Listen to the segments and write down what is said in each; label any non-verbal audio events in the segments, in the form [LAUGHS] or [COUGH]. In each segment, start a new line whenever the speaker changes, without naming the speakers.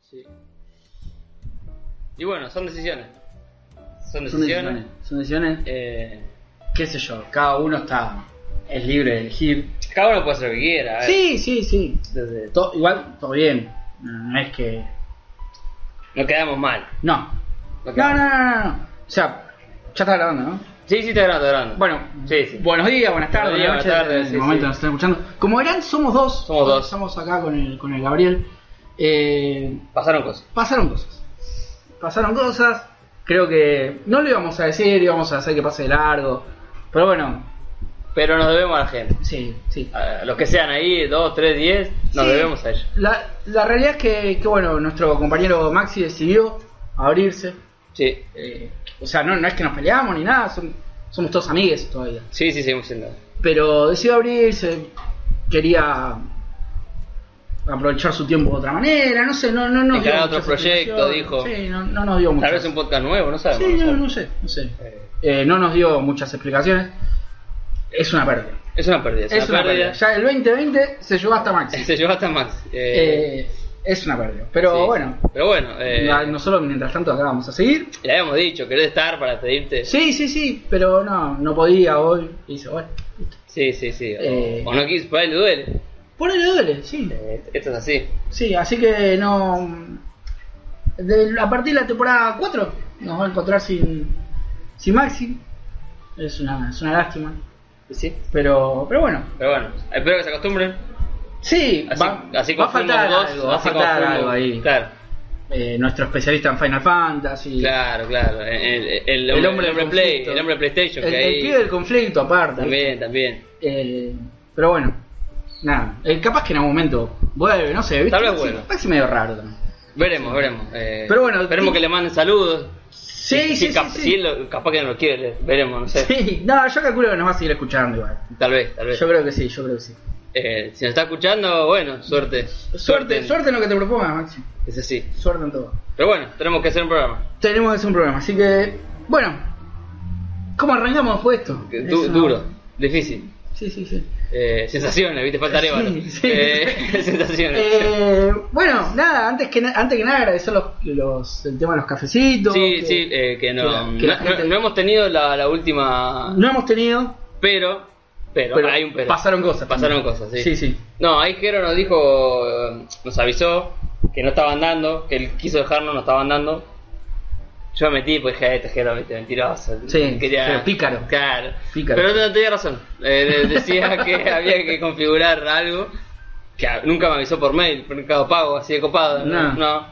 Sí. Y bueno, son decisiones. Son decisiones.
Son decisiones. Son decisiones.
Eh,
Qué sé yo. Cada uno está. Es libre de elegir.
cada uno puede hacer lo que quiera. a ver.
Sí, sí, sí. Desde to- igual, todo bien. No es que.
No quedamos mal.
No.
No,
No,
quedamos-
no, no, no, no. O sea, ya está grabando, ¿no?
Sí, sí, está grabando, está grabando.
Bueno,
Sí, sí.
buenos días, buenas tardes,
Buenos días, buenas
buenas noches.
tardes,
en
sí,
el momento
sí.
nos están escuchando. Como verán, somos dos.
Somos dos.
Estamos acá con el, con el Gabriel. Eh,
pasaron cosas.
pasaron cosas. Pasaron cosas. Creo que no lo íbamos a decir, íbamos a hacer que pase de largo. Pero bueno,
Pero nos debemos a la gente.
sí, sí.
A los que sean ahí, 2, 3, 10, nos
Sí.
debemos a ellos.
La, la realidad es que, que, bueno, nuestro compañero Maxi decidió abrirse.
Sí.
Eh, o sea, no, no es que nos peleamos ni nada, son- somos todos amigues todavía.
Sí, sí, seguimos siendo.
Pero decidió abrirse, quería aprovechar su tiempo de otra manera, no sé, no, no nos
Encarar
muchas
otro proyecto,
explicaciones.
dijo.
Sí, no, no nos dio
Tal
muchas.
vez un podcast nuevo, no sabemos.
Sí,
no
no,
sabemos.
no sé, no sé.
Eh,
Eh, no nos dio muchas explicaciones. Es una pérdida.
es una pérdida.
Es una pérdida. Ya el 2020 se llevó hasta Maxi.
[LAUGHS] Se llevó hasta más. Eh,
Eh, es una pérdida. Pero
sí.
bueno,
Pero bueno, eh,
la- nosotros mientras tanto acá vamos a seguir.
le habíamos dicho, querés estar para pedirte.
Sí, sí, sí, pero no, no podía hoy. Y dice, bueno,
Sí, sí, sí. O,
Eh.
o no quiso, por ahí le duele.
ponele duele, sí.
Eh, esto es así.
Sí, así que no. de- a partir de la temporada 4 nos va a encontrar sin, sin Maxi. Es una, es una lástima. Pues
Sí.
Pero, pero bueno,
Pero bueno, espero que se acostumbren.
sí,
Así,
va,
así
va a
como fuimos
faltar
dos,
algo, va a
así como
faltar
fuimos-
algo ahí.
Claro,
Eh, nuestro especialista en Final Fantasy.
claro, claro. El, el- el
El
hombre,
hombre
el hombre
del
Play,
conflicto.
el hombre PlayStation,
El,
que
el
ahí.
pibe del conflicto, aparte.
También, también.
Eh, pero bueno, nada. Eh, capaz que en algún momento vuelve, no sé. ¿viste?
Tal vez
Maxi-
vuelva.
Maxi medio raro también.
Veremos, veremos. Eh,
Pero bueno,
esperemos
sí.
que le manden saludos.
Sí, sí, sí.
cap-
sí.
si lo- capaz que no lo quiere, le- veremos, no sé.
Sí, no, yo calculo que nos va a seguir escuchando igual.
Tal vez, tal vez.
Yo creo que sí, yo creo que sí.
Eh, si nos está escuchando, bueno, suerte.
Suerte,
en-
suerte en lo que te propongas, Maxi.
Es así.
Suerte en todo.
Pero bueno, tenemos que hacer un programa.
Tenemos que hacer un problema, así que. Bueno. ¿Cómo arrancamos después de esto?
Du-
Eso-
Duro, difícil.
Sí, sí, sí.
Eh, sensaciones, viste, falta
Sí,
Arevalo.
sí.
Eh, [LAUGHS] sensaciones.
Eh, bueno, nada, antes que, na- antes que nada agradecer los, los- el tema de los cafecitos.
Sí,
que
sí, eh, que
que
no,
la- que la
no-
gente-
no- no hemos tenido la, la última,
No hemos tenido,
pero, pero,
pero,
hay un pero.
pasaron cosas.
Pasaron
también.
cosas, sí.
Sí, sí.
No, ahí Jero nos dijo, eh, nos avisó que no estaban dando, que él quiso dejarnos, no estaban dando. Yo me metí, pues dije, este Jero, viste, mentiroso.
Sí, pero pícaro.
Claro.
Pícaro.
Pero no tenía razón. Eh, de- decía [LAUGHS] que había que configurar algo. Que a- nunca me avisó por mail, mercado pago, así de copado. No.
No.
no.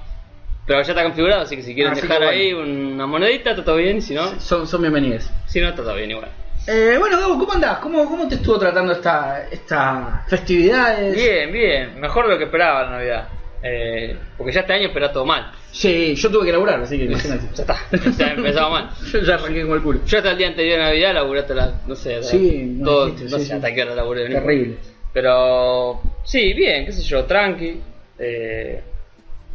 Pero ya está configurado, así que si quieren
Así que
dejar
bueno.
ahí una monedita, está todo bien, si no,
Son, son bienvenidos.
si no, está todo bien igual.
Eh, bueno, Gabo, ¿cómo andás? ¿Cómo, ¿Cómo te estuvo tratando esta, esta festividades?
Bien, bien, mejor de lo que esperaba la Navidad. Eh, porque ya este año esperaba todo mal.
Sí, yo tuve que laburar, así que imagínate.
Ya está, [LAUGHS] ya empezaba mal.
[LAUGHS] Yo ya arranqué como el culo.
Yo hasta el día anterior a Navidad laburé hasta las, no sé,
Sí, me
todo,
dijiste,
no
sí,
sé
sí.
hasta qué hora laburé. no importa.
Terrible.
Pero sí, bien, qué sé yo, tranqui. Eh,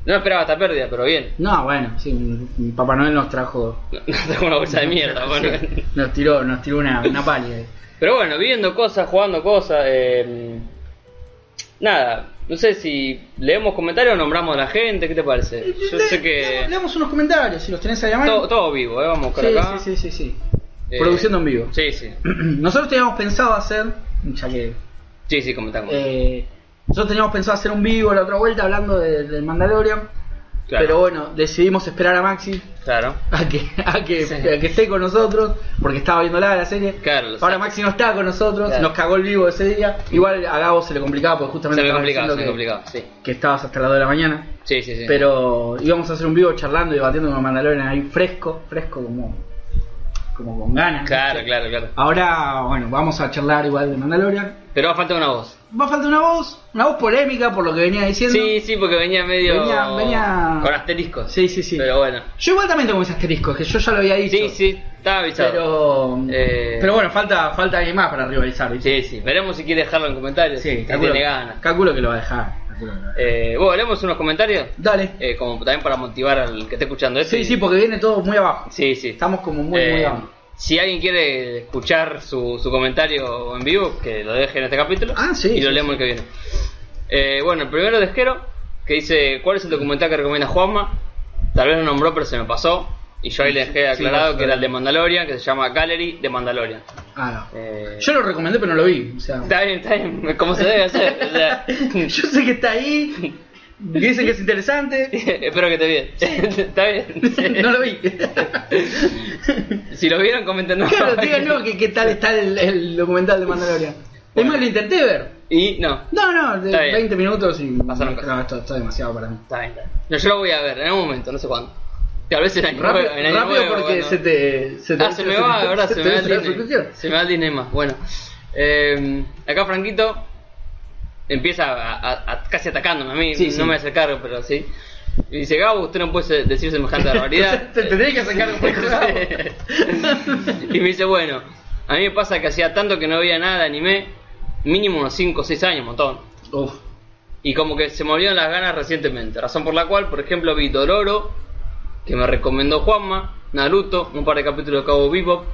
no esperaba esta pérdida, pero bien. [LAUGHS]
No, bueno, sí, mi Papá Noel nos trajo.
No tengo una bolsa de mierda. bueno.
[LAUGHS] Sí, nos tiró, nos tiró una, una pálida.
Pero bueno, viendo cosas, jugando cosas. eh, nada, no sé si leemos comentarios o nombramos a la gente, ¿qué te parece? Yo sé
Le-
que...
Leamos unos comentarios, si los tenés ahí a mano.
Todo, todo vivo, ¿eh? vamos con
sí,
acá.
sí, sí, sí, [CLEARS THROAT] sí.
Eh,
Produciendo en vivo.
Sí, sí.
Nosotros teníamos pensado hacer, ya que.
Sí, sí, comentamos.
eh, nosotros teníamos pensado hacer un vivo la otra vuelta hablando de- del Mandalorian.
Claro.
Pero bueno, decidimos esperar a Maxi
Claro.
a que, a que,
Sí.
a que esté con nosotros, porque estaba viendo la, la serie.
Claro, lo
Ahora
sé.
Maxi no está con nosotros,
Claro.
nos cagó el vivo ese día. Igual a Gabo se le complicaba porque
Se
justamente
me
estaba
complicaba, se me
diciendo que,
complicaba, sí.
que estabas hasta las 2 de la mañana.
Sí, sí, sí.
Pero íbamos a hacer un vivo charlando y debatiendo con Mandalorian ahí fresco, fresco como, como con ganas.
Claro, claro, claro.
Ahora, bueno, vamos a charlar igual de Mandalorian.
Pero va a faltar una voz.
Va a faltar una voz, una voz polémica por lo que venía diciendo.
Sí, sí, porque venía medio.
Venía- venía-
Con asteriscos.
sí, sí. sí.
Pero bueno.
Yo igual también tengo mis asteriscos, que yo ya lo había dicho.
Sí, sí, estaba avisado.
Pero,
Eh,
pero bueno, falta, falta alguien más para rivalizar, ¿viste?
Sí, sí. Veremos si quiere dejarlo en comentarios. si
calculo,
tiene ganas.
calculo que lo va a dejar. calculo que lo va a dejar.
Eh, bueno, leemos unos comentarios.
Dale.
Eh, como también para motivar al que esté escuchando esto.
Sí,
Y-
sí, porque viene todo muy abajo.
Sí, sí.
Estamos como muy, muy
Eh,
abajo.
Si alguien quiere escuchar su, su comentario en vivo, que lo deje en este capítulo.
Ah, sí,
Y lo
sí,
leemos el que viene. Eh, bueno, el primero de Jero, que dice, ¿cuál es el documental que recomienda Juanma? Tal vez lo nombró, pero se me pasó. Y yo ahí le dejé
Sí,
aclarado
sí,
que era el
sí.
de Mandalorian, que se llama Gallery de Mandalorian.
Ah, no.
Eh,
Yo lo recomendé, pero no lo vi. O sea,
Está bien, está bien, [LAUGHS] como se debe hacer. o sea,
[LAUGHS]
[LAUGHS]
yo sé que está ahí, que dicen que es interesante.
espero que esté bien. [LAUGHS] está
[LAUGHS]
bien.
No lo
[LAUGHS]
vi.
Si lo vieron, coméntenos.
Claro, díganlo que qué tal está el, el documental de Mandalorian. Es
Bueno.
más, lo intenté ver.
[LAUGHS] Y no,
No, no, de
Está bien.
20 minutos y.
Pasaron cosas.
No, esto, esto es demasiado para mí.
está bien, está bien. No, yo lo voy a ver en algún momento, no sé cuándo. Tal vez en año
Rápido,
nuevo, Eh, en año
rápido
nuevo,
porque
bueno.
se te. Se te
Ah, se me va,
te-
de verdad, se, me va
te-
el
la suscripción.
Disney. Se me va el Disney más. Bueno, eh, acá Franquito empieza a, a- a- casi atacándome a mí.
Sí,
no
sí.
me hace cargo, pero sí. Y dice, Gabo, usted no puede se- decir semejante barbaridad.
[LAUGHS] Te tendría que pues, sacar
[LAUGHS]
un poco de
y me dice, bueno, a mí me pasa que hacía tanto que no veía nada de anime, mínimo unos 5 o 6 años, montón.
Uf.
Y como que se me olvidaron las ganas recientemente. Razón por la cual, por ejemplo, vi Dororo, que me recomendó Juanma, Naruto, un par de capítulos de Cabo Bebop,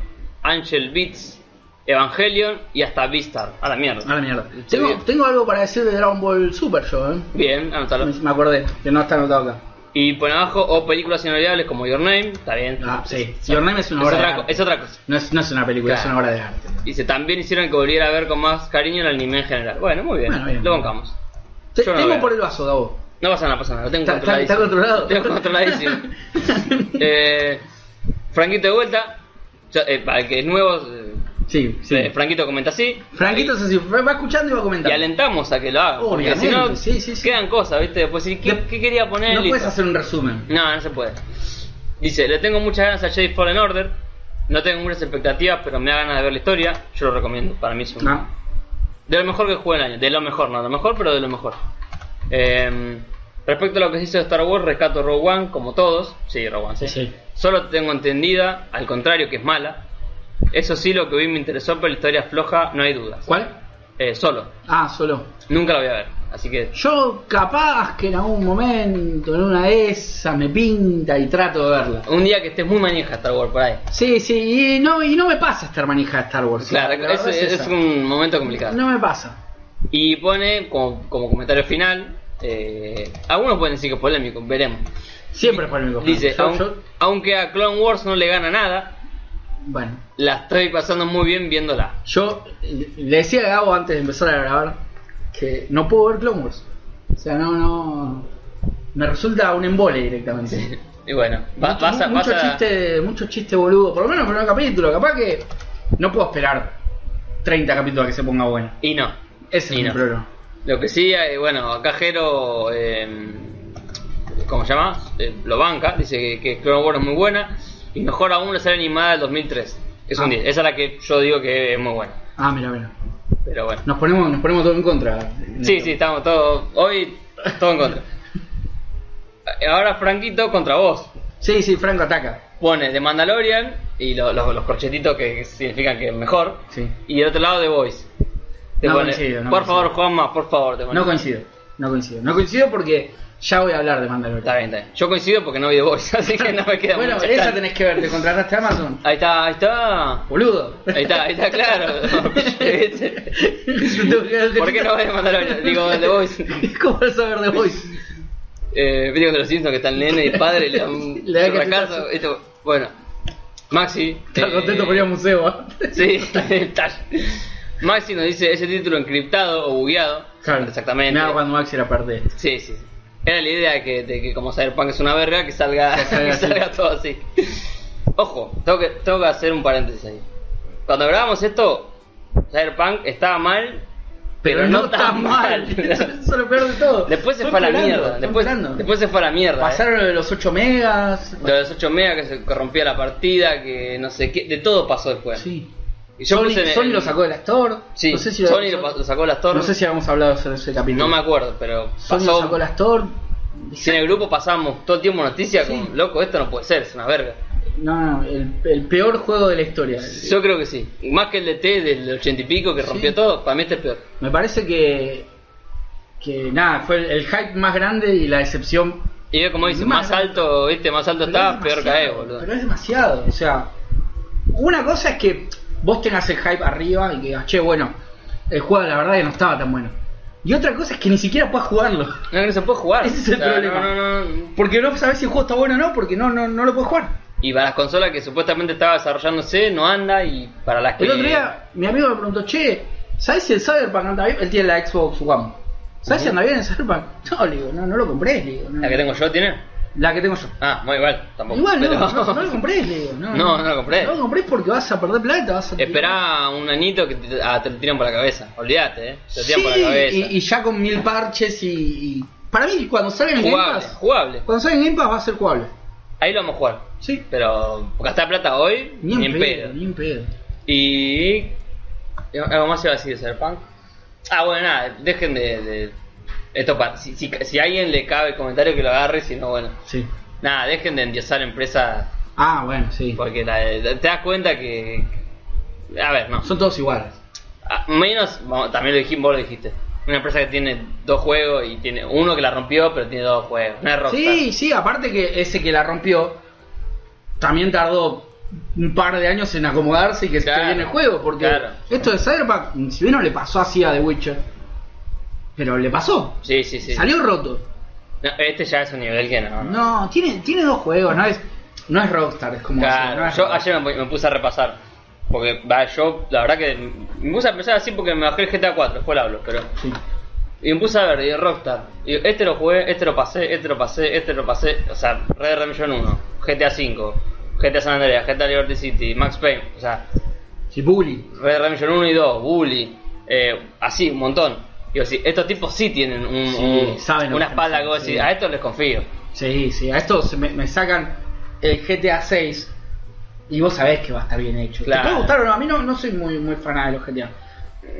Angel Beats, Evangelion y hasta Vistar. A la
A
mierda.
la mierda.
Sí,
Tengo,
bien.
tengo algo para decir de Dragon Ball Super yo, eh.
Bien, anotalo.
Me, me acordé, que no está anotado acá.
Y por abajo, o películas inolvidables como Your Name, está bien.
Ah, sí. Your Name es
Es
una obra de
otra, co-
arte.
es otra cosa.
No, es, no es una película,
Claro.
es una obra de arte.
Dice, también hicieron que volviera a ver con más cariño el anime en general. Bueno, muy bien.
Bueno, bien.
Lo bancamos.
Te-
Yo no lo
tengo
veo.
por el vaso, Davo.
No pasa nada, pasa nada. Lo tengo
¿Está, está- está
controladísimo.
controlado?
Tengo controladísimo.
[LAUGHS]
eh, Franquito de vuelta. Ya, eh, para el que es nuevo, eh,
sí, sí.
eh, Franquito comenta así.
Franquito es así, va escuchando y va
Y
comentando.
alentamos a que lo haga. Porque si
Obviamente,
no,
sí, sí, sí.
quedan cosas, ¿viste? Después, ¿y ¿qué,
No-
qué quería poner?
No
Listo.
puedes hacer un resumen.
No, no se puede. Dice, le tengo muchas ganas a Jade Fallen Order. No tengo muchas expectativas, pero me da ganas de ver la historia. Yo lo recomiendo. Para mí es un,
No.
De lo mejor que jugué el año. De lo mejor, no de lo mejor, pero de lo mejor. Eh, respecto a lo que se hizo de Star Wars, rescato Rogue One, como todos. Sí, Rogue One, sí.
Sí.
Solo tengo entendida, al contrario, que es mala. Eso sí, lo que vi me interesó, pero la historia es floja, no hay dudas.
¿Cuál?
Eh, solo.
Ah, solo.
Nunca la voy a ver. Así que...
Yo capaz que en algún momento, en una de esas, me pinta y trato de verla.
Un día que estés muy manija Star Wars por ahí.
Sí, sí, y no, y no me pasa estar manija de Star Wars.
Claro,
La
es,
verdad
es
esa.
un momento complicado.
No me pasa.
Y pone como, como comentario final... eh, algunos pueden decir que es polémico, veremos.
Siempre es polémico.
Dice,
Yo-
aun-
yo-
aunque a Clone Wars no le gana nada,
bueno,
La estoy pasando muy bien viéndola. [LAUGHS]
yo le decía a Gabo antes de empezar a grabar que no puedo ver Clone Wars. O sea, no, no. Me resulta un embole directamente.
Y bueno, va-
Mucho-
vas a.
mucho,
vas a-
chiste, mucho chiste boludo, por lo menos en un capítulo. Capaz que no puedo esperar 30 capítulos a que se ponga bueno.
Y no.
Ese
Y
es
no.
mi problema.
Lo que sí, eh, bueno, acá Jero. eh, ¿Cómo se llama? Eh, lo banca. Dice que, que Clone Wars es muy buena. Y mejor aún la serie animada del 2003. Es un
Ah.
10. Esa es la que yo digo que es muy buena.
Ah, mira, mira.
Pero bueno.
Nos ponemos, nos ponemos todo en contra. en
Sí,
esto.
sí, estamos todos. Hoy, todo en
[LAUGHS]
contra. Ahora Franquito contra vos.
Sí, sí, Franco ataca.
Pone de Mandalorian y lo- lo- los corchetitos que significan que es mejor.
Sí.
Y del otro lado de Voice. Te
No
pone,
coincido, no
por
coincido.
favor, Juanma, por favor. Te pone.
No coincido, no coincido. No coincido porque ya voy a hablar de Mandalorian.
Está bien, está bien. Yo coincido porque no vi The Voice, [LAUGHS] así que no me queda
bueno,
mucha
esa
chance.
tenés que ver, te contrataste a Amazon.
Ahí está, ahí está.
Boludo.
Ahí
[LAUGHS]
está, ahí está claro. [LAUGHS] ¿Por qué no ves Mandalorian? Digo, The Voice.
[LAUGHS] ¿Cómo vas a ver The Voice?
Eh, Viste cuando los Simpsons que están nene y padre
[LAUGHS]
le dan
Le dan
un
cachetazo.
fracaso. Esto, bueno, Maxi.
Estás
eh,
contento por ir a un museo. ¿eh?
Sí, [LAUGHS] está. Maxi nos dice ese título encriptado o bugueado. Exactamente.
Me hago cuando Maxi era parte de esto.
Sí, sí. sí. Era la idea que, de que como Cyberpunk es una verga, que salga,
Que
[LAUGHS]
salga
que
así.
salga todo así. Ojo, tengo que, tengo que hacer un paréntesis ahí. Cuando grabamos esto, Cyberpunk estaba mal, pero, no, tan mal.
[LAUGHS] Eso es lo peor de todo.
después se
Fue
fue a la
empeorando,
mierda.
fue
Después,
empeorando.
después se fue a la mierda. eh.
Pasaron los 8 megas.
De los 8 megas que se corrompía la partida, que no sé qué, de todo pasó después.
Sí.
Y yo
Sony,
puse en el-
Sony lo sacó de la Store.
Sí,
no sé si
Sony lo, pa- lo sacó de las torres.
No sé si habíamos hablado sobre ese capítulo.
No me acuerdo, pero
Sony lo
pasó.
sacó de la Store.
Si en el grupo pasamos todo el tiempo noticias
Sí.
como, loco, esto no puede ser, es una verga.
No, no, el, el peor juego de la historia.
Yo creo que sí. Más que el DT del ochenta y pico que rompió
Sí.
todo, para mí este es peor.
Me parece que. Que nada, fue el, el hype más grande y la decepción.
Y ve como dice,
Más
más, alto, viste, más alto está,
Pero es
peor cae,
demasiado,
boludo.
Pero es demasiado. O sea, una cosa es que vos tengas el hype arriba y que digas, che, bueno, el juego la verdad que no estaba tan bueno. Y otra cosa es que ni siquiera puedes jugarlo. [LAUGHS]
No, no se puede jugar.
Ese es el
O sea,
problema.
no, no, no.
Porque no sabes si el juego está bueno o no, porque no, no, no lo puedes jugar.
Y para las consolas que supuestamente estaba desarrollándose, no anda. Y para las que.
El otro día, mi amigo me preguntó, che, ¿sabes si el Cyberpunk anda bien? Él tiene la Xbox One. ¿Sabes si
Ujú.
anda bien el Cyberpunk? [LAUGHS] No, le digo, no, no lo compré, le digo. no.
¿La que tengo yo tiene?
La que tengo yo.
Ah, bueno, igual, tampoco.
Igual, no,
pero-
no,
[LAUGHS]
no lo compré, le digo. No,
No, no lo compré.
No lo compré porque vas a perder plata, vas a...
Esperá un anito que te, ah, te lo tiran por la cabeza. Olvídate, eh. Te lo
Sí,
tiran por la cabeza.
y, y ya con mil parches y... y- Para mí, cuando salga en Game
jugable,
Pass,
jugable.
cuando salga en Game Pass va a ser jugable.
Ahí lo vamos a jugar.
Sí.
Pero gastar plata hoy,
Ni en, pedo, ni en pedo.
Y. y Algo más iba a decir de Cyberpunk. Ah, bueno, nada, dejen de. de- Esto pa- si, si, si a alguien le cabe el comentario que lo agarre, si no, bueno.
Sí.
Nada, dejen de endiosar empresas
Ah, bueno, sí.
porque la- te das cuenta que. A ver, no.
Son todos iguales.
Ah, Menos, vamos, también lo dijimos, vos lo dijiste. Una empresa que tiene dos juegos y tiene uno que la rompió, pero tiene dos juegos. Una es Rockstar.
Sí, sí, aparte que ese que la rompió también tardó un par de años en acomodarse y que esté
Claro,
bien el juego, porque
claro.
esto de Cyberpunk, si bien no le pasó así a The Witcher, pero le pasó,
sí, sí. sí.
salió roto.
No, este ya es un nivel que no. no.
No, tiene, tiene dos juegos, no es, no es Rockstar, es como
Claro,
así, no es
yo
Rockstar.
ayer me, me puse a repasar. Porque va, yo, la verdad que me puse a empezar así porque me bajé el GTA 4, después lo hablo, pero.
Sí.
Y me puse a ver, y Rockstar. Y este lo jugué, este lo pasé, este lo pasé, este lo pasé. O sea, Red Dead Redemption 1, GTA 5, GTA San Andreas, GTA Liberty City, Max Payne. O sea,
Sí, Bully.
Red Dead Redemption 1 y 2, Bully. eh, así, un montón. Digo, sí, estos tipos sí tienen un,
Sí,
un-
saben lo
una
que
espalda
hacen,
que vos decís,
sí.
a estos les confío.
Sí, sí, a esto se me, me sacan el GTA 6 y vos sabés que va a estar bien hecho.
Claro.
Te puede gustar o no, a mí no, no soy muy, muy fan de los GTA.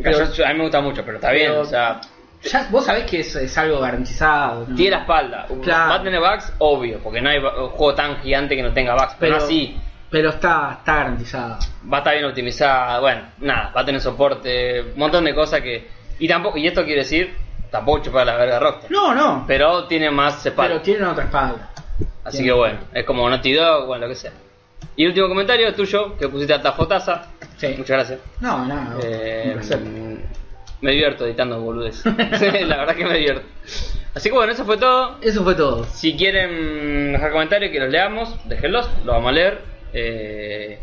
Pero-
Yo- yo- a mí me gusta mucho, pero está bien,
pero-
o sea.
Ya, vos sabés que es, es algo garantizado. ¿no?
Tiene la espalda.
Claro.
Va a tener bugs, obvio, porque no hay ba- un juego tan gigante que no tenga bugs. Pero,
Pero-
así,
Pero está, está garantizada.
va a estar bien optimizada. Bueno, nada, va a tener soporte, un montón de cosas que. Y tampoco y esto quiere decir, tampoco chupar la verga de Rockstar.
No, no. Pero,
Pero tiene más espalda.
tienen otra espalda.
así
tiene-
que bueno, es como Naughty Dog, bueno, lo que sea. Y último comentario tuyo, que pusiste a Tafotaza.
Sí.
Muchas gracias.
No, no.
Eh,
Ah, un placer.
me divierto editando boludeces. [LAUGHS] la verdad que me divierto. Así que bueno, eso fue todo.
Eso fue todo.
Si quieren dejar comentarios que los leamos, déjenlos, los vamos a leer. Eh,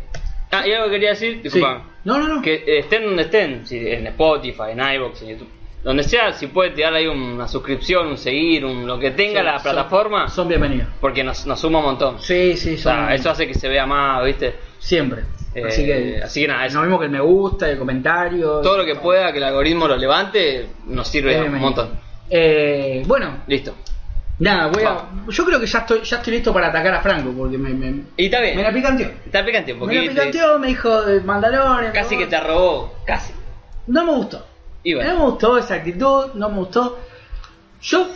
Ah, y algo que quería decir,
Sí.
disculpa,
No, no, no.
que eh, estén donde estén, si en Spotify, en iVoox, en YouTube, donde sea, si puede tirar ahí una suscripción, un seguir, un, lo que tenga
Son-
la
son-
plataforma,
Son, bienvenidos.
porque nos, nos suma un montón.
Sí, sí,
O
son.
sea, eso hace que se vea más, ¿viste?
Siempre.
Eh,
así que.
así que nada, eso.
Lo mismo que el me gusta, el comentario.
Todo lo que pueda que el algoritmo lo levante, nos sirve un
Bienvenido.
montón.
Eh, bueno,
Listo.
nada, voy a.
Vamos.
Yo creo que ya estoy, ya estoy listo para atacar a Franco porque me. me,
Y está
me la
bien,
picanteó.
está picante un
Me la
poquito.
picanteó, me dijo de Mandalorian.
Casi
¿no?
que te robó, casi.
No me gustó.
Y bueno.
No me gustó esa actitud, no me gustó. Yo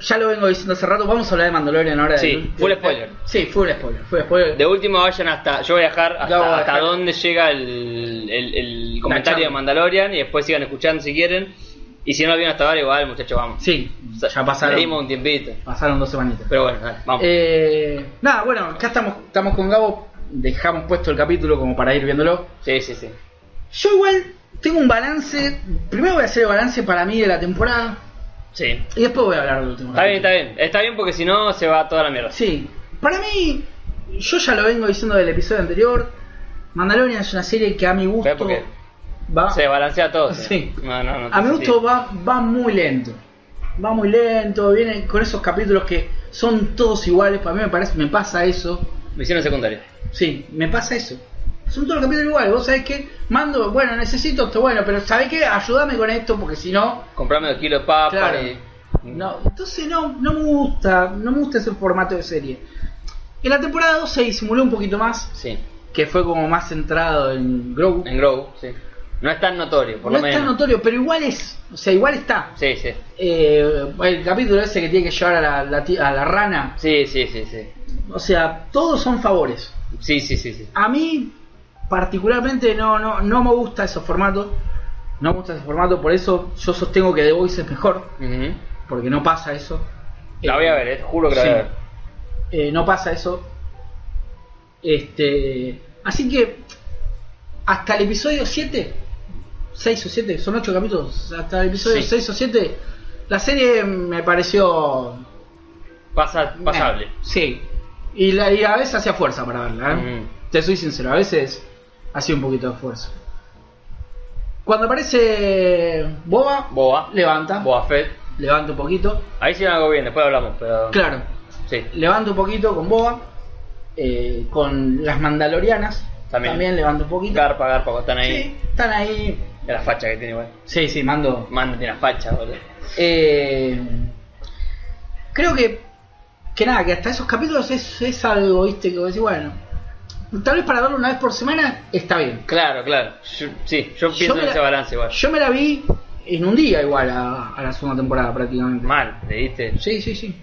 ya lo vengo diciendo hace rato, vamos a hablar de Mandalorian ahora.
Sí,
del-
full
del-
spoiler.
Sí, full spoiler, full spoiler.
De último vayan hasta, yo voy a dejar hasta,
Yo voy a
hasta
dejar.
dónde llega el, el- el
La
comentario
charla.
de Mandalorian y después sigan escuchando si quieren. Y si no lo vieron hasta ahora, igual muchachos, vamos.
Sí,
O sea,
ya pasaron,
le dimos un tiempito.
pasaron dos semanitas.
Pero bueno, dale, vamos.
Eh, nada, bueno, acá estamos, estamos con Gabo, dejamos puesto el capítulo como para ir viéndolo.
sí, sí, sí.
Yo igual tengo un balance, primero voy a hacer el balance para mí de la temporada
Sí.
y después voy a hablar del último.
Está bien,
capítulo.
está bien. Está bien porque si no se va toda la mierda.
Sí, para mí, yo ya lo vengo diciendo del episodio anterior. Mandalorian es una serie que a mi gusto
¿Sabes por qué?
va,
Se balancea todo.
[LAUGHS] Sí.
No, no, no.
a mi
sí.
gusto va, va muy lento. Va muy lento, viene con esos capítulos que son todos iguales. Para mí me parece, me pasa eso.
Misión secundaria.
Sí, me pasa eso. Son todos los capítulos iguales. Vos sabés que mando, bueno, necesito esto, bueno, pero sabés que ayúdame con esto porque si no,
Comprame dos kilos de papa
Claro.
y-
No, entonces no, no me gusta, no me gusta ese formato de serie. En la temporada 2 se disimuló un poquito más,
Sí.
que fue como más centrado en Grogu.
En Grow, sí. No es tan notorio, por
no
lo
es tan
menos.
notorio, pero igual es, o sea, igual está.
Sí, sí.
Eh, el capítulo ese que tiene que llevar a la, la ti- a la rana,
Sí, sí, sí, sí.
o sea, todos son favores.
Sí, sí, sí, sí.
A mí particularmente no, no, no me gusta esos formatos, no me gusta ese formato, por eso yo sostengo que The Voice es mejor,
Ujú.
porque no pasa eso.
La voy a ver, eh, te juro que la voy a
Sí.
ver.
Eh, no pasa eso. Este, así que hasta el episodio 7 6 o 7, son 8 capítulos, hasta el episodio
Sí.
6 o 7, la serie me pareció...
Pasa- pasable.
eh, sí, y, la, y a veces hacía fuerza para verla, ¿eh?
Mm.
te soy sincero, a veces hacía un poquito de fuerza. Cuando aparece Boba,
Boa.
levanta,
Boa Fett.
levanta un poquito,
Ahí sí algo bien, después hablamos, pero.
claro,
Sí.
levanta un poquito con Boba, eh, con las mandalorianas,
También.
también, levanta un poquito.
Garpa, garpa, están ahí.
Sí, están ahí.
De la facha que tiene, igual.
Sí, sí, mando.
Manda, tiene la facha, boludo.
Eh, creo que, que nada, que hasta esos capítulos es, es algo, viste, que vos decís, bueno, tal vez para verlo una vez por semana está bien.
Claro, claro. Yo- sí, yo pienso
me
en
la-
ese balance, igual.
Yo me la vi en un día igual a, a la segunda temporada prácticamente.
Mal, le diste.
Sí, sí, sí.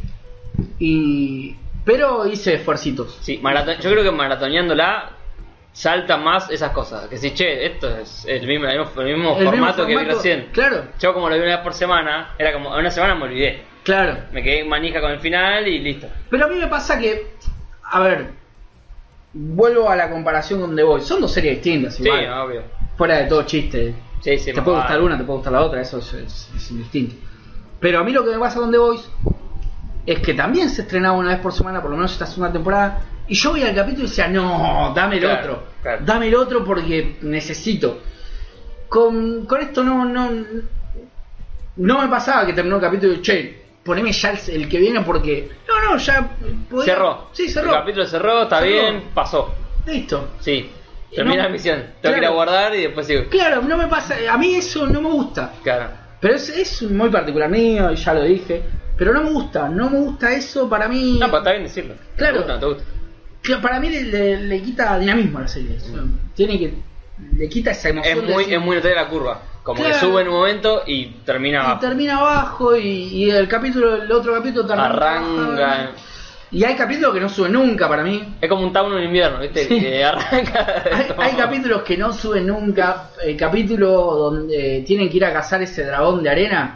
Y, pero hice esfuercitos.
Sí, marato- yo creo que maratoneándola saltan más esas cosas. Que si, che, esto es el mismo, el mismo- el mismo
El mismo
formato que vi
formato,
recién.
Claro,
Yo como lo vi una vez por semana, era como, a una semana me olvidé.
claro.
Me quedé manija con el final y listo.
Pero a mí me pasa que, a ver, vuelvo a la comparación con The Boys. Son dos series distintas,
Sí, ah.
igual.
obvio.
Fuera de todo chiste.
Sí, sí,
te
más
puede
vale.
gustar una, te puede gustar la otra, eso es, es- es indistinto. Pero a mí lo que me pasa con The Voice es que también se estrenaba una vez por semana, por lo menos esta segunda temporada, y yo voy al capítulo y decía, no, dame el
Claro,
otro,
claro.
dame el otro porque necesito. Con, con esto no, no, no me pasaba que terminó el capítulo y che, poneme ya el, el que viene porque... No, no, ya... podía-
Cerró.
Sí,
El
cerró.
capítulo cerró, está
Cerró.
bien, pasó.
Listo.
Sí. Termina
No,
la misión. Tengo
claro.
que ir a guardar y después sigo.
Claro, no me pasa, a mí eso no me gusta.
Claro.
Pero es, es muy particular mío, y ya lo dije. Pero no me gusta, no me gusta eso para mí.
No, pero está bien decirlo.
Claro.
¿Te gusta o no te gusta?
Claro, para mí le, le- le quita dinamismo a la serie. O sea, Tiene que. Le quita esa
Es
emoción. de
muy,
decir,
es muy notoria la curva. Como que
Claro.
sube en un momento y termina
y
abajo.
termina abajo y, y el capítulo, el otro capítulo te
Arranca.
Y hay capítulos que no suben nunca
[LAUGHS]
para mí.
Es como un town en invierno, ¿viste?
Sí.
Que arranca.
Hay,
como-
hay capítulos que no suben nunca. El capítulo donde tienen que ir a cazar ese dragón de arena.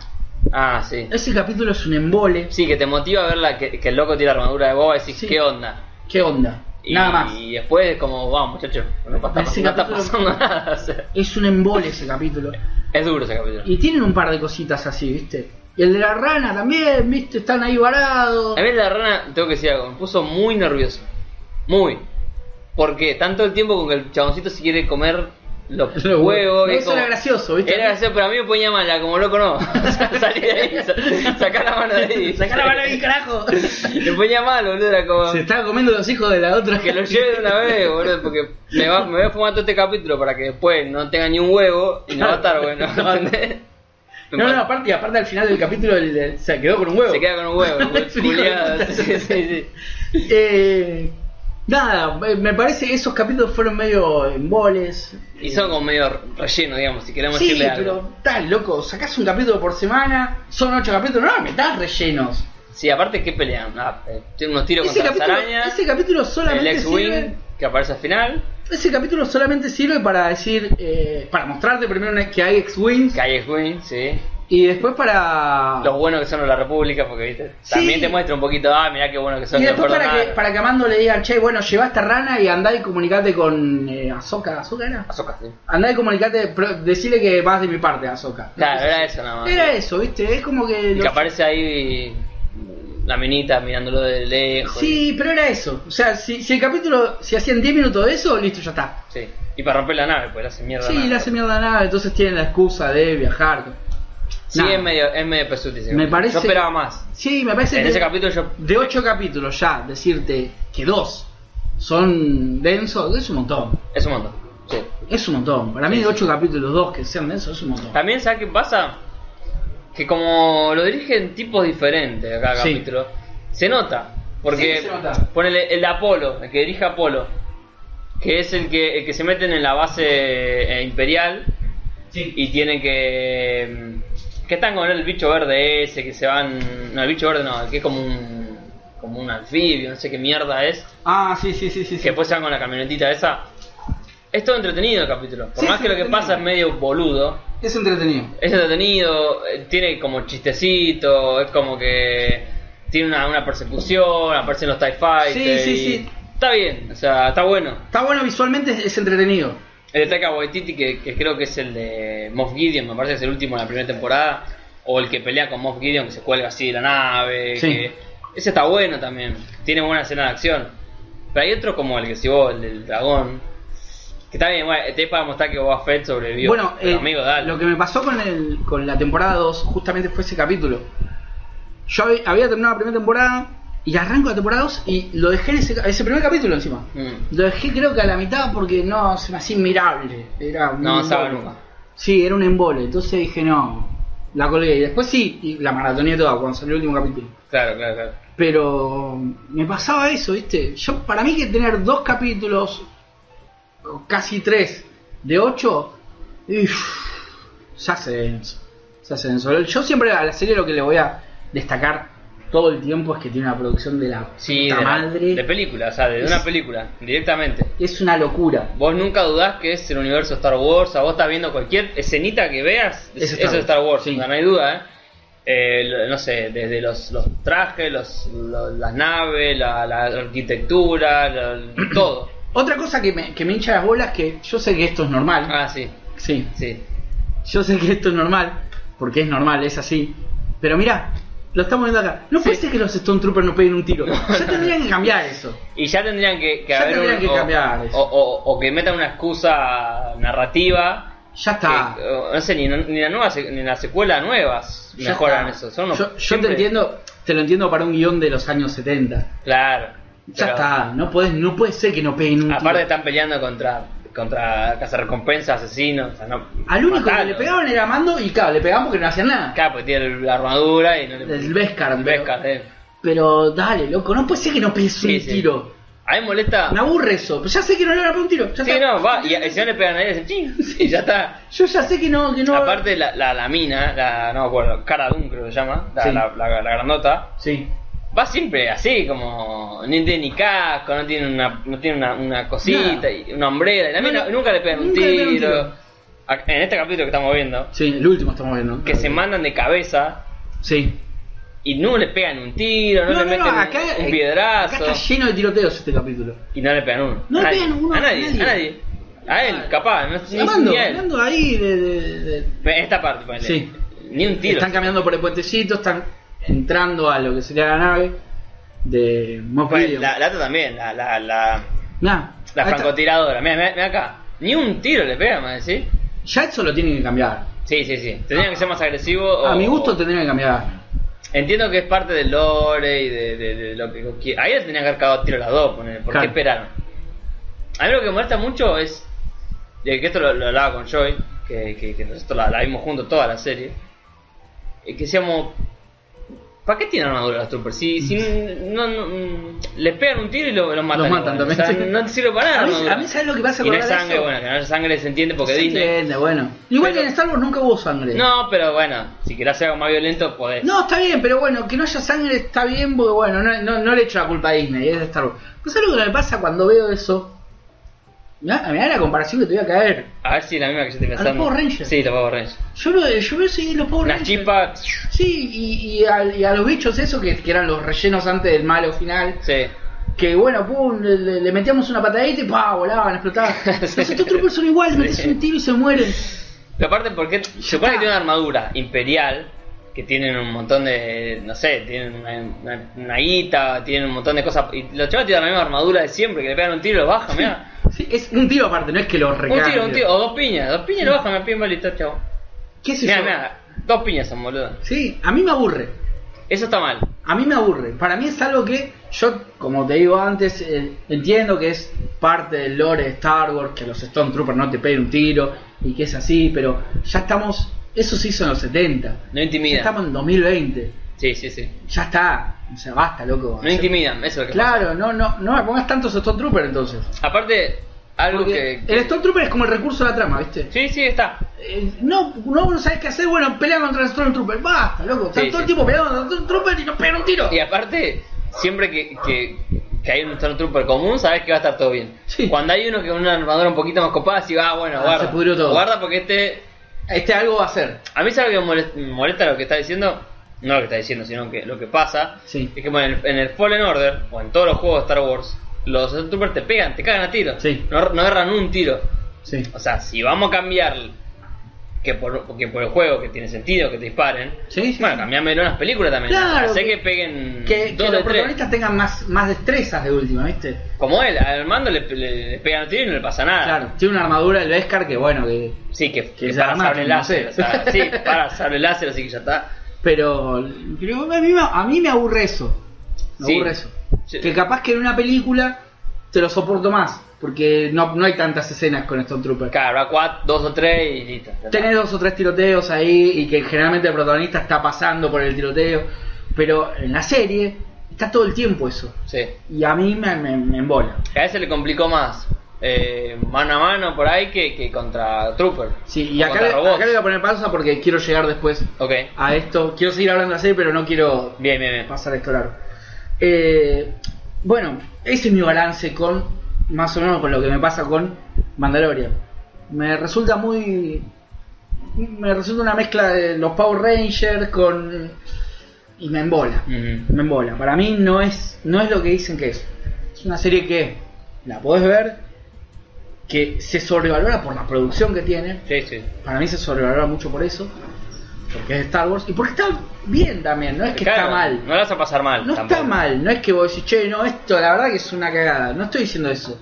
Ah, sí.
Ese capítulo es un embole.
Sí, que te motiva a ver la, que, que el loco tira armadura de boba y decís,
Sí.
¿qué onda?
¿Qué onda?
Y,
Nada más.
Y después, es como, vamos, muchachos, no, pa- está,
Ese
no está
capítulo-
pasando [LAUGHS] nada. o sea,
Es un embole ese capítulo.
es duro ese capítulo.
Y tienen un par de cositas así, ¿viste? Y el de la rana también, ¿viste? Están ahí varados.
A mí la rana, tengo que decir algo, me puso muy nervioso. Muy. Porque tanto el tiempo con que el chaboncito si quiere comer los
[LAUGHS] Los
huevos.
huevos.
que es
Eso era gracioso, ¿viste?
Era
[LAUGHS]
gracioso, pero a mí me ponía mala, como loco no. [LAUGHS] Salí de ahí, sa- sacá la mano de ahí.
Sacá la mano ahí,
[LAUGHS]
carajo. Se
Me ponía mal, boludo, era como.
estaba comiendo los hijos de la otra.
Que lo lleve de una vez, boludo, porque me, va, me voy a fumar todo este capítulo para que después no tenga ni un huevo y no va a
[LAUGHS]
estar bueno, ¿entendés?
No, no, aparte, y aparte al final del capítulo el- el- se quedó con un huevo.
Se queda con un
[LAUGHS]
huevo,
Es un hijo de
culiado.
puta.
Sí, sí, sí.
Eh, nada, eh, me parece que esos capítulos fueron medio emboles.
Y son como medio relleno, digamos, si queremos
Sí,
decirle algo.
pero tal, loco, sacás un capítulo por semana, son ocho capítulos, no, metás rellenos.
Sí, aparte, ¿qué pelean? Ah, eh, tiene unos tiros
Ese
contra las
capítulo,
arañas.
ese capítulo
El
solamente
X-Wing,
sirve
que aparece al final.
Ese capítulo solamente sirve para decir, eh, para mostrarte primero una- que hay X-Wings
Que hay X-Wing, sí.
y después para...
Los buenos que son los de la República, porque viste.
Ah. Sí.
También te muestra un poquito, ah, mirá qué bueno que son.
y
no
después para
perdonan.
que, para que Amando le digan, che, bueno, lleva esta rana y andá y comunicate con eh, Ahsoka, ¿Ahsoka era?
Ahsoka, sí.
Andá y comunicate, pro- decirle que vas de mi parte, Ahsoka.
Claro, era eso nada más.
Era eso, viste, es como que...
Y
los-
que aparece ahí la minita mirándolo de lejos.
Sí, pero era eso. O sea, si, si el capítulo, si hacían 10 minutos de eso, listo, ya está.
Sí. Y para romper la nave, pues le hace mierda.
Sí,
la nave.
le hace mierda a nada, entonces tienen la excusa de viajar.
Sí,
Nada.
es medio, es medio pesutísimo.
Me parece-
Yo esperaba más.
Sí, me parece
En
que-
ese capítulo yo.
de ocho capítulos ya decirte que dos son densos es un montón.
Es un montón. Sí.
Es un montón. Para mí de ocho capítulos dos que sean densos es un montón.
También, ¿sabes qué pasa? Que como lo dirigen tipos diferentes a cada
Sí.
capítulo, se nota. Porque
Sí, se nota.
ponele el de Apolo, el que dirige Apolo, que es el que, el que se meten en la base eh, imperial y tienen que. mm, que están con el bicho verde ese, que se van. No, el bicho verde no, que es como un. como un anfibio, no sé qué mierda es.
Ah, sí, sí, sí, sí.
Que pues- después se van con la camionetita esa. Es todo entretenido el capítulo. Por
Sí,
más
es
que lo que
entretenido.
pasa es medio boludo,
Es entretenido.
es entretenido, eh, tiene como chistecito, es como que tiene una, una persecución, aparecen los TIE Fighters.
Sí, sí,
y
sí.
Está bien, o sea, está bueno.
Está bueno visualmente, es- es entretenido.
El de Taika Waititi, que, que creo que es el de Moff Gideon, me parece que es el último de la primera temporada. O el que pelea con Moff Gideon, que se cuelga así de la nave.
Sí.
que- ese está bueno también. Tiene buena escena de acción. Pero hay otro como el que si vos, el del dragón. Que está bien, bueno, te es para mostrar que Boba Fett sobrevivió.
Bueno,
Pero,
eh,
amigo, dale.
lo que me pasó con, el, con la temporada 2 justamente fue ese capítulo. Yo hab- había terminado la primera temporada y arranco la temporada 2 y lo dejé en ese, ca- ese primer capítulo encima.
Mm.
Lo dejé creo que a la mitad porque no, se me hacía inmirable. Era un
No avanzaba
embole.
nunca.
Sí, era un embole. Entonces dije, no, la colgué. Y después sí, y la maratoné toda cuando salió el último capítulo.
Claro, claro, claro.
Pero um, me pasaba eso, ¿viste? Yo, para mí que tener dos capítulos, o casi tres, de ocho, uff, se hace denso. Se hace denso. Yo siempre a la serie lo que le voy a destacar todo el tiempo es que tiene una producción de la
Sí,
puta
de, la-
madre.
de película, o sea, de una
Es-
película, directamente.
es una locura.
Vos nunca dudás que es el universo Star Wars, o sea, vos estás viendo cualquier escenita que veas,
Es
es,
Star
es de Star Wars,
Wars, sí.
o sea, no hay duda, ¿eh? Eh, lo- no sé, desde los, los trajes, los, lo- las naves, la, la arquitectura,
[CLEARS THROAT]
lo- todo.
Otra cosa que me, que me hincha las bolas que yo sé que esto es normal.
Ah, sí,
Sí,
sí.
yo sé que esto es normal, porque es normal, es así. Pero mira, lo estamos viendo acá. No puede ser que los Stone Troopers no peguen un tiro. Ya tendrían que cambiar eso.
Y ya tendrían que, que
Ya
haber
tendrían que
o-
cambiar
o,
eso.
o- o que metan una excusa narrativa.
Ya está.
que, o- Eh, no sé, ni, ni la nueva, se- ni la secuela nuevas
Ya
mejoran
está.
eso. Son unos-
yo yo
siempre-
te entiendo, te lo entiendo para un guión de los años 70.
Claro.
Ya
Pero-
está, no puedes, no puede ser que no peguen un
Aparte
tiro.
están peleando contra contra cazarrecompensas, asesinos, o sea, no,
Al único que
matalo.
le pegaban era a Mando y claro, le pegaban porque no hacían nada.
Claro, porque tiene la armadura y no le
El Beskar,
el
pero,
Beskar, eh.
pero dale, loco, no puede ser que no pegues
Sí,
un
sí.
tiro.
A mí me molesta.
Me aburre eso, pero ya sé que no le van a pegar un tiro. ya
sí,
está.
no, va, y, a- y si no le pegan a él, dicen, "Chin", [LAUGHS] y ya está.
Yo ya sé que no, que no.
Aparte la, la, la mina, la, no me acuerdo, Cara Dune creo que se llama, la,
Sí.
la, la- la grandota,
Sí.
va siempre así, como ni tiene ni casco, no tiene una, no tiene una, una cosita,
Nada.
y una hombrera, y la
No,
mina
no,
nunca le pegan un
nunca le pegan un
tiro.
tiro.
A- En este capítulo que estamos viendo,
Sí, el último estamos viendo.
que se mandan de cabeza
Sí.
y no le pegan un tiro, no, le meten un- un piedrazo
acá está lleno de tiroteos este capítulo.
y no le pegan uno.
No
a
le
nadie,
pegan uno
a nadie,
a nadie.
a nadie. A él, capaz, no ni-
Hablando,
ni a él.
hablando ahí de- de- de,
Esta parte, ponele.
Sí.
Ni un tiro.
Están caminando por el puentecito, están entrando a lo que sería la nave de Moff
Bueno,
Gideon.
la, la otra también, la, la, la,
Nah,
la
ahí está.
francotiradora. Mira, mira acá. Ni un tiro le pegan, ¿me decís?
Ya eso lo tienen que cambiar.
Sí, sí, sí. Tendrían que ser más agresivos.
Ah. A
o-
mi gusto
o-
tendrían que cambiar.
Entiendo que es parte del lore y de, de- de lo que. que- Ahí le tenían que haber cagado a tiro las dos, ponele, ¿por qué
Claro.
esperaron? A mí lo que me molesta mucho es. eh, que esto lo, lo hablaba con Joy, que, que, que nosotros la, la vimos juntos toda la serie. eh, que decíamos. ¿Para qué tienen armadura los troopers? Si, si no, no- mm, les pegan un tiro y lo- los matan.
Los matan
igual.
también.
O sea, no te sirve para nada.
[LAUGHS] A
la
mí,
armadura.
a mí ¿sabes lo que pasa
y
con
no hay sangre, bueno, que no haya sangre se entiende porque Disney.
bueno. Igual
Pero-
que en Star Wars nunca hubo sangre.
No, pero bueno, si querés hacer algo más violento, podés.
No, está bien, pero bueno, que no haya sangre está bien porque bueno, no, no, no le echo la culpa a Disney, es de Star Wars. Pues ¿sabes lo que me pasa cuando veo eso? Mirá, mirá la comparación que te voy a caer.
A ver si es la misma que yo estoy
los
pensando.
Power Rangers.
Sí, los Power Rangers.
Yo, lo, yo veo seguir los pobres.
Una chispa.
Sí, y, y al- y a, los bichos esos que, que eran los rellenos antes del malo final,
Sí.
que bueno, pum, le, le- le metíamos una patadita y pa,
[LAUGHS]
volaban, explotaban. Los otros troopers son iguales, metes un tiro y se mueren.
Pero aparte, porque se supone que tiene una armadura imperial, que tienen un montón de. No sé, tienen una, una, una guita, tienen un montón de cosas. Y los chavales tienen la misma armadura de siempre, que le pegan un tiro y lo bajan, mirá.
[LAUGHS] Sí, es un tiro aparte, no es que los
Un
recargan.
tiro, un tiro, o dos piñas, dos piñas y lo bajan, me piden balita, chavo.
¿Qué sé
Mirá,
yo?
mirá, dos piñas son boludo.
Sí, a mí me aburre.
Eso está mal.
A mí me aburre. Para mí es algo que yo, como te digo antes, eh, entiendo que es parte del lore de Star Wars, que los Stone Troopers no te peguen un tiro y que es así, pero ya estamos. Eso se hizo en los 70.
No
Ya
intimidan.
estamos en 2020.
Sí, sí, sí.
Ya está. O sea, basta, loco.
No intimidan, eso es lo que
Claro, no, no, no me pongas tantos Stone Troopers entonces.
pasa. Aparte, algo
Porque
que.
El Stone Trooper es como el recurso de la trama, ¿viste?
Sí, sí, está.
Eh, no, no, no sabes qué hacer, bueno, pelea contra el Stone Trooper. Basta, loco. Están
Sí,
todo
sí.
el tiempo peleando contra el Stone Trooper y nos pegan un tiro.
Y aparte, siempre que, que, que hay un Stormtrooper común, sabes que va a estar todo bien.
Sí.
Cuando hay uno que con una armadura un poquito más copada, si va, bueno,
Ah,
guarda.
se pudrió todo.
Guarda porque este.
Este algo va a hacer.
A mí, ¿sabes que me molest- me molesta, lo que está diciendo? No lo que está diciendo, sino que lo que pasa.
Sí.
Es que bueno, en el, en el Fallen Order, o en todos los juegos de Star Wars, los Stormtroopers te pegan, te cagan a tiro.
Sí.
No, no agarran un tiro.
Sí.
O sea, si vamos a cambiar que por, que por el juego que tiene sentido, que te disparen,
Sí, sí,
bueno,
sí.
cambiámelo en las películas también.
Claro,
sé
que-
que, peguen dos
Que, que
de
los
tres.
protagonistas tengan más, más destrezas de última, ¿viste?
Como él, al Armando le, le- le pegan un tiro y no le pasa nada.
Claro, tiene una armadura del Beskar que bueno, que...
Sí, que, que
es
para
armado,
sable
no
láser.
sé.
o sea, sí, para sable láser, así que ya está.
Pero, pero a, mí, me- a mí me aburre eso. Me
Sí.
aburre eso.
Sí.
Que capaz que en una película te lo soporto más, porque no, no hay tantas escenas con estos troopers.
Claro, a cuatro, dos o tres y listo. ya está.
Tener dos o tres tiroteos ahí y que generalmente el protagonista está pasando por el tiroteo, pero en la serie está todo el tiempo eso.
Sí.
Y a mí me, me, me embola.
Que a ese le complicó más. eh, mano a mano por ahí que, que contra Trooper.
Sí, y
O
acá,
contra
le-
robots.
acá le voy a poner pausa porque quiero llegar después
Ok.
a esto. Quiero seguir hablando de la serie, pero no quiero
Bien, bien, bien.
pasar esto largo. Eh, bueno, ese es mi balance con, más o menos, con lo que me pasa con Mandalorian. Me resulta muy. Me resulta una mezcla de los Power Rangers con. Y me embola.
Ujú.
Me embola. Para mí no es, no es lo que dicen que es. Es una serie que la podés ver, que se sobrevalora por la producción que tiene.
Sí, sí.
Para mí se sobrevalora mucho por eso. Porque es Star Wars. Y porque está bien también, no es que
Claro,
está mal.
No la vas a pasar mal.
No
tampoco.
está mal, no es que vos decís, che, no, esto la verdad que es una cagada. No estoy diciendo eso.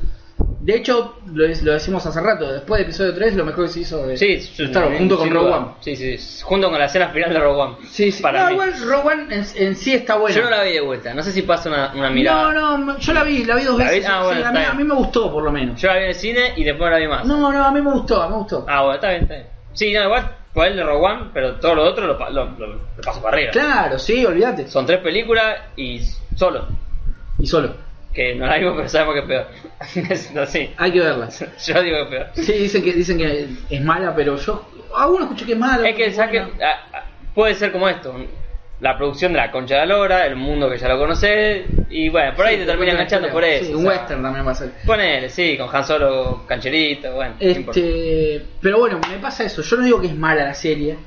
De hecho, lo, lo decimos hace rato, después de episodio 3, lo mejor que se hizo de
Sí,
de
sí,
Star Wars,
sí,
junto
sin
con Rogue
duda.
One.
Sí, sí, sí, junto con la escena final de Rogue One.
Sí, sí.
Para
no,
mí.
igual Rogue One en, en sí está bueno.
Yo no la vi de vuelta, no sé si pasa una, una mirada.
no, no, yo la vi, la vi dos
¿La
veces.
vi? Ah,
sí,
bueno,
a,
está
mí,
bien.
a mí me gustó, por lo menos.
Yo la vi en el cine y después no la vi más.
No, no, a mí me gustó, a mí me gustó.
Ah, bueno, está bien, está bien. Sí, no, igual, por el de Rogue One, pero todo lo otro lo, pa- lo- lo- lo paso para arriba.
Claro, sí, olvídate.
Son tres películas y solo.
Y solo.
Que no la vimos, pero sabemos que es peor. [LAUGHS] Es así.
Hay que verlas.
Yo digo que es peor.
Sí, dicen que, dicen que es mala, pero yo. Algunos escuché que es mala.
Es que
otros
saque,
buena.
ah, ah, puede ser como esto: la producción de la concha de la lora, el mundo que ya lo conocés, y bueno, por ahí te termina enganchando por eso.
Sí,
o
un
sea.
western también va a ser.
Ponele, sí, con Han Solo cancherito, bueno. no importa.
Este, pero bueno, me pasa eso. Yo no digo que es mala la serie,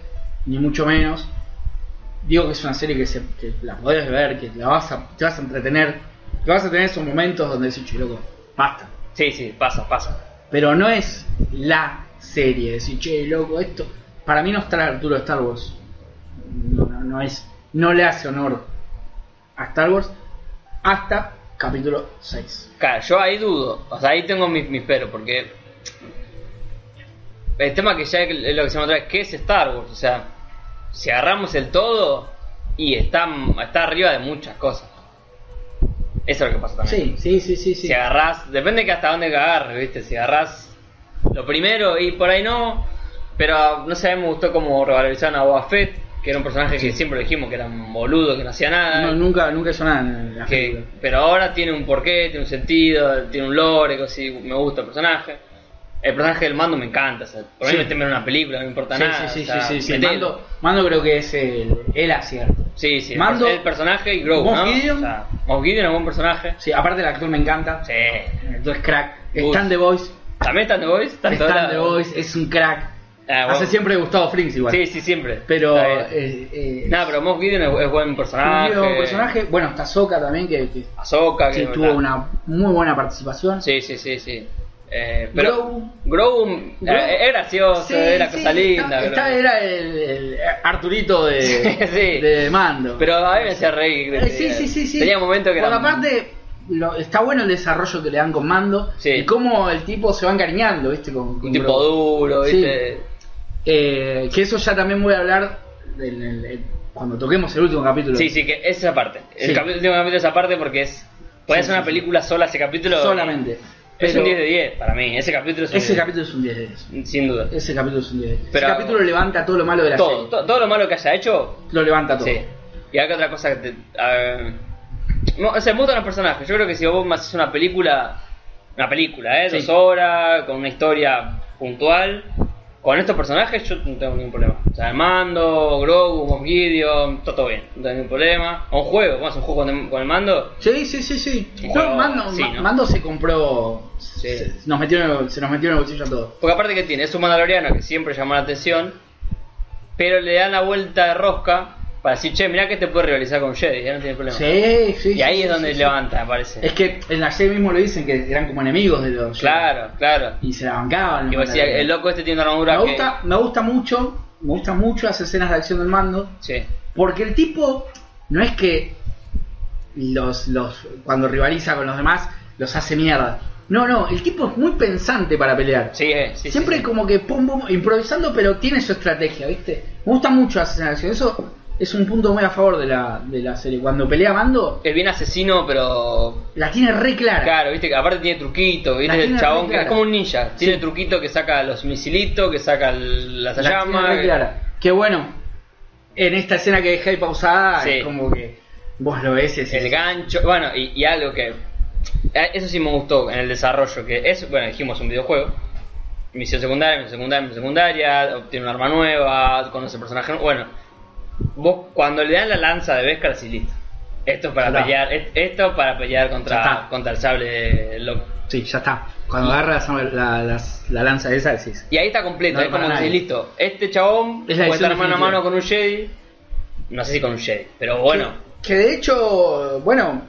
ni mucho menos. Digo que es una serie que, se, que la podés ver, que la vas a, te vas a entretener. Que vas a tener esos momentos donde decís, che, loco, basta.
Sí, sí, pasa, pasa.
Pero no es la serie. Decir, che, loco, esto. Para mí no está a la altura de Star Wars. No, no, no es. No le hace honor a Star Wars hasta capítulo 6.
Claro, yo ahí dudo, o sea, ahí tengo mis, mis peros, porque. El tema que ya es lo que se me trae, ¿qué es Star Wars? O sea, si agarramos el todo, y está, está arriba de muchas cosas. Eso es lo que pasa también.
Sí, sí, sí, sí. sí.
Si agarrás, depende que hasta dónde que agarres, ¿viste? Si agarrás lo primero y por ahí no, pero no sé, a mí me gustó como revalorizaron a Boba Fett, que era un personaje que siempre dijimos que era un boludo, que no hacía nada,
No, nunca, nunca hizo nada en la
que,
película.
pero ahora tiene un porqué, tiene un sentido, tiene un lore, que así, me gusta el personaje. El personaje del mando me encanta, o sea, por
Sí.
mí meterme en una película, no me importa
Sí,
nada.
sí, sí,
o sea,
sí, sí, sí.
metelo.
Mando, Mando creo que es el, el acierto.
Sí, sí, el
Mando-
per- el personaje y Grogu,
Moff
¿no?
Gideon.
O sea, Moff Gideon es un buen personaje.
Sí, aparte el actor me encanta.
Sí.
El actor es crack.
Uf.
Stan The Voice.
También está en The Voice, está en todos
Stan The
lados.
Voice es un crack.
Ah, bueno.
Hace siempre Gustavo Frings igual.
Sí, sí, siempre.
Pero.
Está bien.
eh, eh,
Nada, pero Moff Gideon es, es buen personaje.
Julio, personaje. Bueno, está Soca también, que, que
Ahsoka, que
sí, tuvo
está-
una muy buena participación.
Sí, sí, sí, sí. Eh, pero
Grogu.
Grogu
Grogu.
eh, es gracioso,
Sí,
era
sí,
cosa linda.
está- está-
Grogu.
era el, el Arturito
[LAUGHS]
de,
Sí, sí.
de Mando.
Pero a mí me hacía reír.
Eh, sí, sí, sí, sí.
Tenía momentos que
Por
eran-
aparte, lo- está bueno el desarrollo que le dan con Mando.
Sí.
Y cómo el tipo se va encariñando, ¿viste? Con, con
Un tipo
Grogu.
duro,
Sí.
¿viste?
Eh, que eso ya también voy a hablar del- del- del- cuando toquemos el último capítulo.
Sí, sí, que esa parte. El
Sí.
capítulo, último capítulo esa parte porque es. Puede
Sí,
ser una
sí, sí.
película sola ese capítulo.
Solamente.
Es
Pero
un 10 de eh. 10 para mí. Ese capítulo es un
Ese
10.
capítulo es un 10 de 10.
Sin duda.
Ese capítulo es un 10 de 10.
Pero-
Ese capítulo levanta todo lo malo de la
Todo,
serie.
to- todo lo malo que haya hecho,
Lo levanta todo.
Sí. Y acá otra cosa que te. a ver, no, o sea, me gustan los personajes. Yo creo que si vos haces una película. Una película, ¿eh?
Sí.
Dos horas, con una historia puntual. Con estos personajes yo no tengo ningún problema. O sea, el mando, Grogu, Moff Gideon, todo, todo bien. No tengo ningún problema. O un juego, vamos a un juego con, con el mando.
Sí, sí, sí, sí.
Un
No,
juego,
Mando,
sí,
Ma-
¿no?
Mando se compró.
Sí.
Se, nos metió en el, se nos metió en el bolsillo a todos.
Porque aparte que tiene, es un mandaloriano que siempre llama la atención. Pero le dan la vuelta de rosca Para decir, che, mirá que te puede rivalizar con Jedi, ya no tiene problema.
Sí, sí.
y ahí
sí,
es
sí,
donde
sí.
levanta, me parece.
Es que en la serie mismo lo dicen que eran como enemigos de los.
Claro, claro.
Y se la bancaban.
Y vos decías, el loco este tiene una armadura
me
que...
gusta, me gusta mucho, me gustan mucho las escenas de acción del mando,
Sí.
porque el tipo no es que los, los cuando rivaliza con los demás los hace mierda. No, no, el tipo es muy pensante para pelear.
Sí, eh, sí,
Siempre
sí, sí.
como que pum, pum, improvisando, pero tiene su estrategia, ¿viste? Me gusta mucho las escenas de acción. Eso es un punto muy a favor de la, de la serie. Cuando pelea mando,
Es bien asesino, pero...
la tiene re clara.
Claro, viste que aparte tiene truquito,
La
viste el
tiene
chabón
re
que es
clara.
como un ninja, tiene
Sí.
truquito que saca los misilitos, que saca el- las
La tiene
llamas,
re clara. Que bueno, en esta escena que dejé ahí pausada,
Sí.
es como que vos lo ves. Es,
el gancho, bueno, y, y algo que eh, eso sí me gustó en el desarrollo, que es, bueno, dijimos un videojuego, misión secundaria, misión secundaria, misión secundaria, obtiene un arma nueva, conoce personajes, bueno, vos cuando le dan la lanza de Beskar sí listo. Esto es para
Ya está.
pelear, est- esto es para pelear
Ya
contra,
está.
contra el sable loco.
Sí, ya está. Cuando
Y-
agarras la, las- la lanza esa, decís.
Y ahí está completo,
No
es
hay
como
para
que
nadie.
listo. Este chabón
Es la
puede
decisión
estar mano a
definitiva.
mano con un Jedi. No sé si con un Jedi, pero bueno.
Que de hecho, bueno,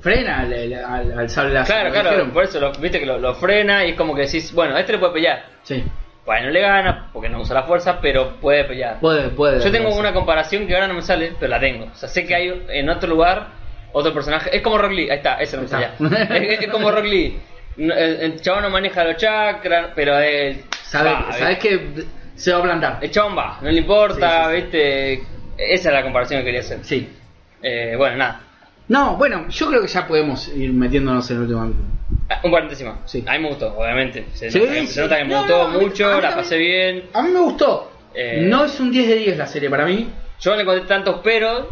frena al, al- al- al sable láser,
Claro,
lo
claro,
dijeron.
por eso lo- viste que lo, lo frena y es como que decís, bueno, este le puede pelear.
Sí,
Bueno, Pues no le gana porque no usa la fuerza, pero puede pelear.
puede, puede.
Yo tengo
puede
una comparación que ahora no me sale, pero la tengo. O sea, sé que hay en otro lugar otro personaje. Es como Rock Lee, ahí está, ese no me
Ahí
salía.
está.
es, es- es como Rock Lee. No, El, el chabón no maneja los chakras, pero él.
ser. Sabe-
va,
sabes que se va a plantar.
El chabón va, no le importa,
Sí, sí, sí.
viste. Esa es la comparación que quería hacer.
Sí.
Eh, bueno, nada.
No, bueno, yo creo que ya podemos ir metiéndonos en el último ámbito.
Ah, Un paréntesis más.
Sí.
A mí me gustó, obviamente. Se,
Sí,
se
sí.
nota que me
No,
gustó
no, a mí-
mucho,
a mí
la
también.
pasé bien.
A mí me gustó.
Eh.
No es un 10 de 10 la serie para mí.
Yo no le conté tantos peros,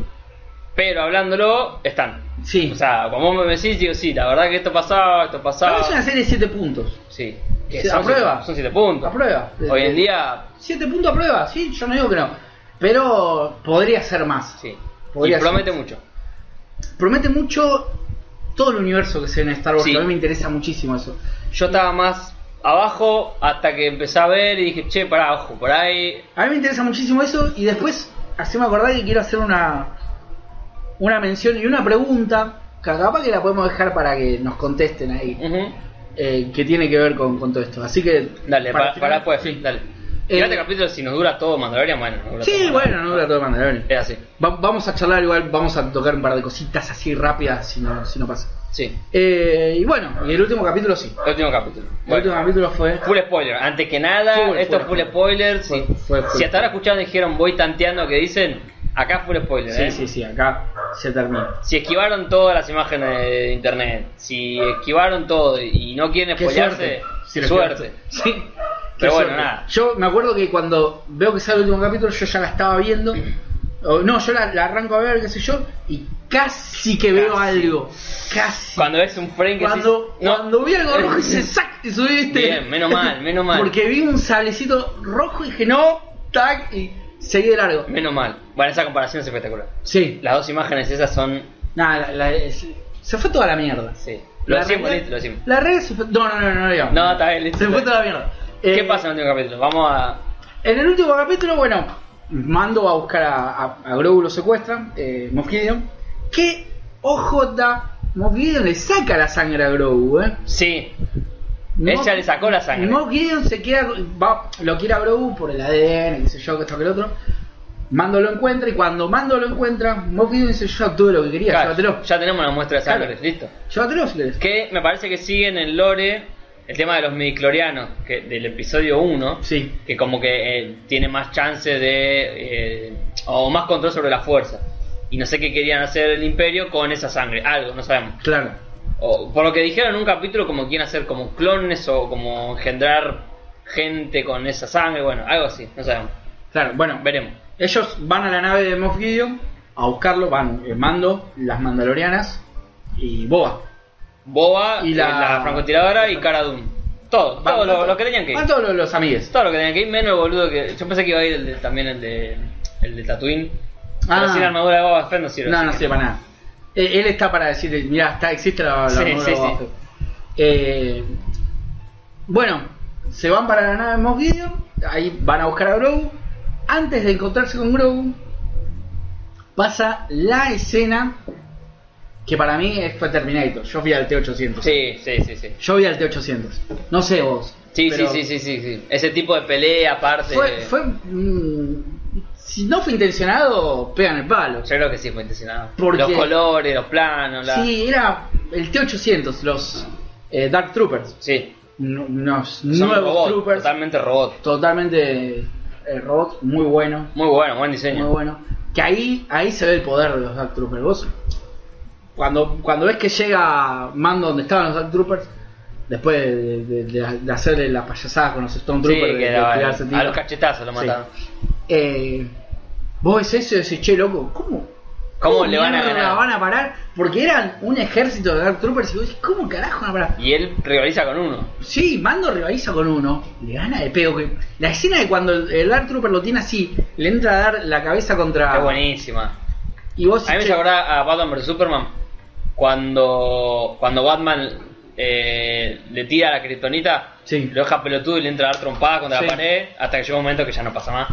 pero hablándolo, están.
Sí.
O sea, como vos me decís, digo, sí, la verdad que esto pasaba, esto
Para mí es una
pasaba.
serie de 7 puntos.
Sí.
Sí,
son
aprueba. Eh,
siete- son siete puntos.
A prueba.
Hoy en día,
7 puntos a prueba, sí, yo no digo que no. Pero podría ser más.
sí.
Podría
y
ser.
promete mucho.
Promete mucho todo el universo que se ve en Star Wars.
Sí.
A mí me interesa muchísimo eso.
Yo estaba más abajo hasta que empecé a ver y dije, che, pará, ojo, por ahí.
A mí me interesa muchísimo eso. Y después, haceme acordar que quiero hacer una, una mención y una pregunta. Que capaz que la podemos dejar para que nos contesten ahí.
Ujú.
eh, que tiene que ver con, con todo esto. Así que.
Dale, pues, para,
finalizar-
para después,
Sí,
dale. Mirá este
Eh,
capítulo, si nos dura todo Mandalorian, bueno. nos dura
Sí,
todo
bueno,
Mandalorian.
no dura todo Mandalorian.
Es así,
Va- vamos a charlar igual, vamos a tocar un par de cositas así rápidas si no, si no pasa.
sí.
Eh, y bueno, y el último capítulo sí.
El último capítulo.
El
Bueno,
último capítulo fue.
Full spoiler, antes que nada,
Full,
esto es
full
full spoiler.
Full,
si,
full, full.
si hasta ahora escucharon dijeron voy tanteando que dicen, acá full spoiler.
Sí,
¿eh?
sí, sí, acá se termina.
Si esquivaron todas las imágenes de internet, si esquivaron todo y no quieren
Qué
spoilearse,
suerte. si lo
suerte.
escuchaste. Sí. [LAUGHS] Qué
Pero bueno,
suerte.
nada.
Yo me acuerdo que cuando veo que sale el último capítulo, yo ya la estaba viendo. O, no, yo la, la arranco a ver, qué sé yo, y casi que veo
Casi.
algo. Casi.
Cuando ves un frame que
Cuando,
decís, no, Eh,
cuando vi algo rojo y se sac y subí este.
Bien, menos mal, menos mal.
Porque vi un sablecito rojo y dije no, tac, y seguí de largo.
menos mal. Bueno, esa comparación es espectacular.
Sí.
Las dos imágenes esas son.
Nada, la- la- es- se fue toda la mierda.
Sí. Lo
La
decimos,
red-
listo, lo decimos.
La red se fue. No, no, no, no, no, digamos.
No, está bien, listo.
Se fue toda la mierda.
¿Qué
Eh,
pasa en el último capítulo? Vamos a.
En el último capítulo, bueno, Mando va a buscar a, a, a Grogu, lo secuestra, eh, Moff Gideon. Que, OJ, Moff Gideon le saca la sangre a Grogu, eh.
Sí,
No-
Ella le sacó la sangre.
Moff Gideon se queda, va, lo quiere a Grogu por el ADN, qué sé yo, que esto, que el otro. Mando lo encuentra y cuando Mando lo encuentra, Moff Gideon dice, yo tuve lo que quería,
Claro,
llévatelo.
ya tenemos la muestra de sangre,
Claro.
listo.
Llévatelo si querés.
Que me parece que sigue en el lore el tema de los midiclorianos que, del episodio 1,
Sí.
que como que eh, tiene más chance de... eh, o más control sobre la fuerza. Y no sé qué querían hacer el imperio con esa sangre, algo, no sabemos.
Claro.
O, por lo que dijeron en un capítulo, como quieren hacer como clones o como engendrar gente con esa sangre, bueno, algo así, no sabemos.
Claro, bueno,
Veremos.
ellos van a la nave de Moff Gideon a buscarlo, van eh, Mando, las Mandalorianas y Boba.
Boba,
Y
y
la-
la, francotiradora y Cara Dune. Todo,
Van-
todo lo,
van-
lo que tenían que ir.
Van todos los, los amigues.
Todo lo que tenía que ir, menos el boludo que. Yo pensé que iba a ir el de- también el de. El de Tatooine.
Ah.
Pero sin armadura de Boba Fett no sirve.
No,
así
no
que-
sirve para nada. Eh, Él está para decir, mirá, está, existe la, la
Sí,
armadura
sí,
de Boba
sí.
Fett". Eh, Bueno, se van para la nave de Moff Gideon, ahí van a buscar a Grogu. Antes de encontrarse con Grogu, pasa la escena que para mí fue Terminator. Yo fui al T800.
Sí, sí, sí, sí.
Yo vi al T800. No sé vos.
Sí, sí,
pero
sí, sí, sí, sí. Ese tipo de pelea aparte.
Fue, fue, mm, si no fue intencionado, pegan el palo.
Yo creo que sí fue intencionado.
¿Por
los
qué?
colores, los planos, la...
Sí, era el T800, los eh, Dark Troopers.
Sí.
Nu- Unos
Son
nuevos
robots,
Troopers.
totalmente robot.
Totalmente eh, robots, muy buenos.
Muy bueno, buen diseño.
Muy bueno. Que ahí, ahí se ve el poder de los Dark Troopers. Vos, cuando, cuando ves que llega Mando donde estaban los Dark Troopers, después de, de- de- de hacerle la payasada con los Stone
Sí,
Troopers, de-
que
de
era-
tirarse
a
tiros,
los cachetazos lo
Sí.
mataron.
eh, vos ves eso y decís, che, loco, ¿cómo?
¿Cómo le van a
Oh, mierda
ganar?
van a parar? Porque eran un ejército de Dark Troopers y vos decís, ¿cómo carajo van a parar?
Y él rivaliza con uno.
Sí, Mando rivaliza con uno, le gana de pedo. Que... La escena de cuando el, el Dark Trooper lo tiene así, le entra a dar la cabeza contra.
Es buenísima.
Y vos
A mí me
che,
hizo acordar a Batman vs Superman cuando cuando Batman eh, le tira la kriptonita,
Sí.
lo deja pelotudo y le entra a dar trompadas contra
Sí.
la pared hasta que llega un momento que ya no pasa más.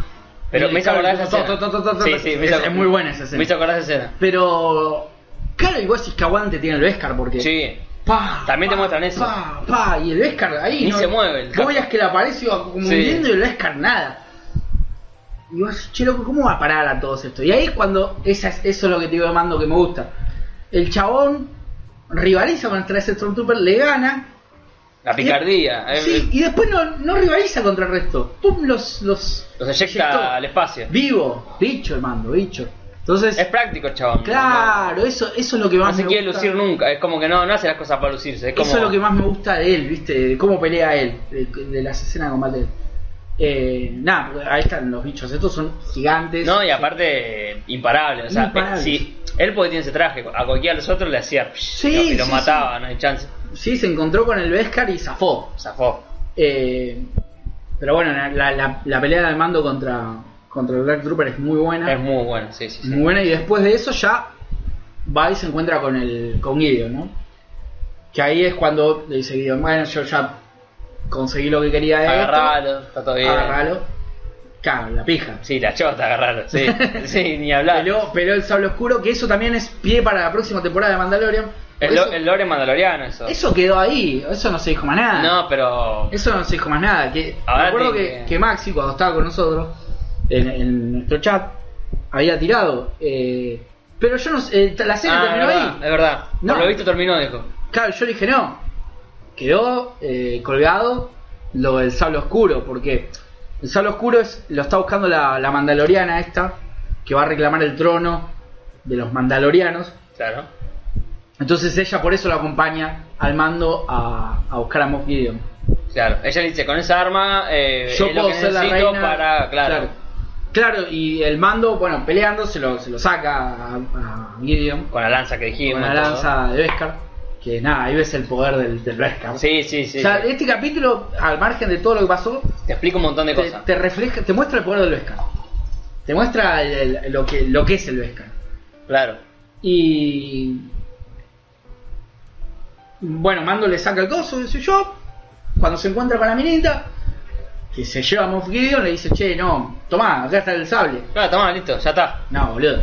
Pero
Y
me hizo
claro,
acordar esa
to-
escena.
to- to- to- to-
Sí, sí, me
es-
hizo-
es muy buena esa escena.
Me hizo acordar esa escena.
Pero. Claro, y vos decís que aguante tiene el Vescar porque.
Sí.
Pa,
También te
pa,
muestran eso.
Pa, pa, y el Vescar ahí.
Ni se mueve el
Vos
capo.
veías que le aparece iba como
Sí.
hundiendo y el Vescar nada. Y vos decís, che, loco, ¿cómo va a parar a todos esto? Y ahí es cuando. Esa es- eso es lo que te digo de mando que me gusta. El chabón rivaliza contra ese Stormtrooper, le gana.
La picardía. eh,
sí, y después no, no rivaliza contra el resto. Pum, los. los
Los eyecta
eyectó.
al espacio.
Vivo, bicho, el mando, bicho. Entonces.
Es práctico, chabón.
Claro, eso, eso es lo que
No,
más
se
me
quiere
gusta.
lucir nunca. Es como que no, no hace las cosas para lucirse. Es como...
Eso es lo que más me gusta de él, ¿viste? De cómo pelea él, de, de las escenas de combate. Eh, Nada, porque ahí están los bichos, estos son gigantes.
No, y aparte, imparable. O sea,
Imparable.
eh, si él porque tiene ese traje, a cualquiera de los otros le hacía psh,
Sí,
y lo, y lo
sí,
mataba, no hay chance.
Sí, se encontró con el Vescar y zafó.
Zafó.
Eh, pero bueno, la, la- la- la pelea de mando contra, contra el Black Trooper es muy buena.
Es muy bueno, sí, sí. sí.
Muy buena, y después de eso ya va y se encuentra con el con Gideon, ¿no? Que ahí es cuando le dice Gideon, bueno, yo ya conseguí lo que quería de esto".
Agarralo, eh. está todo bien.
agarralo. Claro, la pija.
Sí, la chota, agarralo.
[LAUGHS]
Sí, sí ni hablar.
Peló, peló el sable oscuro, que eso también es pie para la próxima temporada de Mandalorian.
El,
eso,
lo- el lore mandaloriano, eso.
eso quedó ahí, eso no se dijo más nada.
No, pero.
Eso no se dijo más nada. Que,
Ahora
me acuerdo
tiene
que,
que-
que Maxi, cuando estaba con nosotros, en, en nuestro chat, había tirado. eh, pero yo no sé, eh, la serie
Ah,
terminó
es verdad,
ahí.
es verdad.
No.
Por lo visto terminó, dijo.
Claro, yo le dije no. Quedó eh, colgado lo del sable oscuro, porque el sable oscuro es, lo está buscando la, la mandaloriana esta, que va a reclamar el trono de los mandalorianos.
Claro.
Entonces ella por eso lo acompaña al mando a, a buscar a Moff Gideon.
Claro. Ella dice: con esa arma, eh,
Yo
es lo
puedo
que
ser la
necesito
reina.
para. Claro.
Claro, y el mando, bueno, peleando, se lo, se lo saca a, a Gideon
Con la lanza que dijimos.
con la
todo.
lanza de Beskar. Que nada, ahí ves el poder del, del Beskar.
Sí, sí, sí.
o sea,
sí.
este capítulo, al margen de todo lo que pasó,
Te explica un montón de
te,
cosas.
te refleja, te muestra el poder del Vescar. Te muestra el- el- lo, que, lo que es el Vescar.
Claro.
Y. Bueno, Mando le saca el coso, qué sé yo. Cuando se encuentra con la minita, que se lleva a Moff Gideon, le dice, che, no, tomá, acá está el sable.
Claro, toma, listo, ya está.
No, boludo.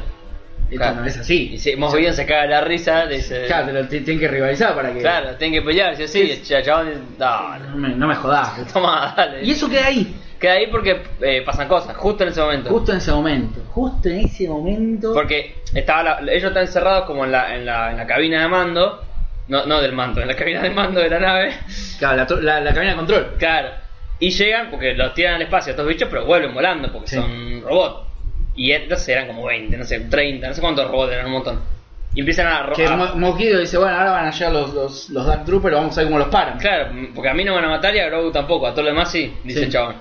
Esto
Claro.
no es así.
Y si Moff Gideon se caga de la risa, dice.
Claro, te lo te- tienen que rivalizar para que.
Claro, tienen que pelear, sí, sí,
Sí.
el ch- chabón dice, dale,
No me, no me jodás.
toma, dale.
Y eso queda ahí,
Queda ahí porque eh, pasan cosas, justo en ese momento.
justo en ese momento. Justo en ese momento.
Porque estaba la- ellos están encerrados como en la, en la, en la cabina de mando, no, no del mando, en la cabina de mando de la
[LAUGHS]
nave.
Claro, la, to- la, la cabina de control.
Claro. Y llegan porque los tiran al espacio a estos bichos, pero vuelven volando porque
Sí.
son robots. Y entonces eran como 20, no sé, 30, no sé cuántos robots eran, un montón. Y empiezan a
Que
robar.
Mo- Moquido dice, bueno, ahora van a llegar los, los, los Dark Troopers, vamos a ver cómo los paran.
Claro, porque a mí no me van a matar y a Grogu tampoco, a todo lo demás sí, dice
Sí.
el chabón.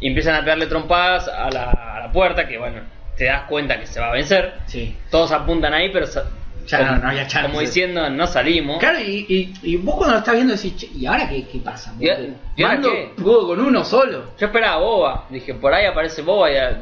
Y empiezan a pegarle trompadas a la, a la puerta, que bueno, te das cuenta que se va a vencer.
Sí.
Todos apuntan ahí, pero sa-
Ya no, no había chance.
como diciendo, no salimos.
Claro, y, y, y vos cuando lo estás viendo decís, "Che, ¿y ahora qué, qué pasa?
¿Y a-
boludo?
y ahora
Mando
qué?
pudo con uno solo.
Yo esperaba a Boba, dije, por ahí aparece Boba y a-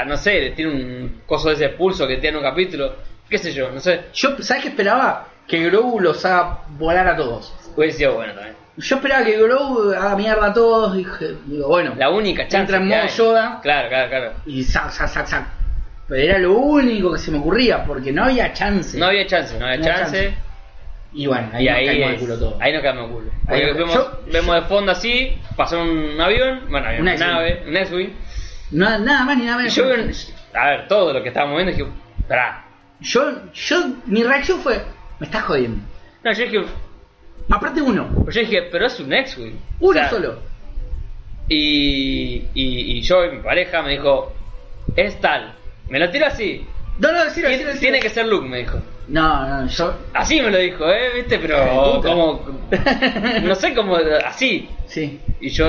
a- no sé, le tiene un coso de ese pulso que tiene en un capítulo, qué sé yo, no sé.
Yo, ¿sabes qué esperaba? Que Grogu los haga volar a todos.
Hubiese sido bueno también.
Yo esperaba que Grogu haga mierda a todos. Dije, digo, bueno,
La única chance.
Entra en
que
modo
hay.
Yoda.
Claro, claro, claro.
y sac, sac, sac, sac. Pero era lo único que se me ocurría, porque no había chance.
No había chance, no había
No había
chance.
chance. Y bueno, ahí
Y
nos
ahí,
caímos de
es-
culo todo.
ahí nos quedamos de culo.
Ahí
Porque
nos-
vemos,
yo-
vemos de fondo así, pasó un avión, bueno, había
Un
una
X-Wing.
nave, un X-Wing.
No, nada más ni nada
Y
menos.
yo veo, un- a ver, todo lo que estábamos viendo, dije, pará.
yo, yo, mi reacción fue, me estás jodiendo.
No, yo dije,
Aparte uno,
yo dije, pero es un X-Wing.
uno
O sea,
solo.
Y, y, y yo y mi pareja me dijo, es tal. Me lo tiro así.
No, no, decilo,
Tien-
decilo, decilo.
Tiene que ser Luke, me dijo.
No, no, yo,
Así me lo dijo, ¿eh? ¿Viste?
Hijo de
Pero
puta. [LAUGHS]
como... No sé cómo... Así.
sí,
Y yo...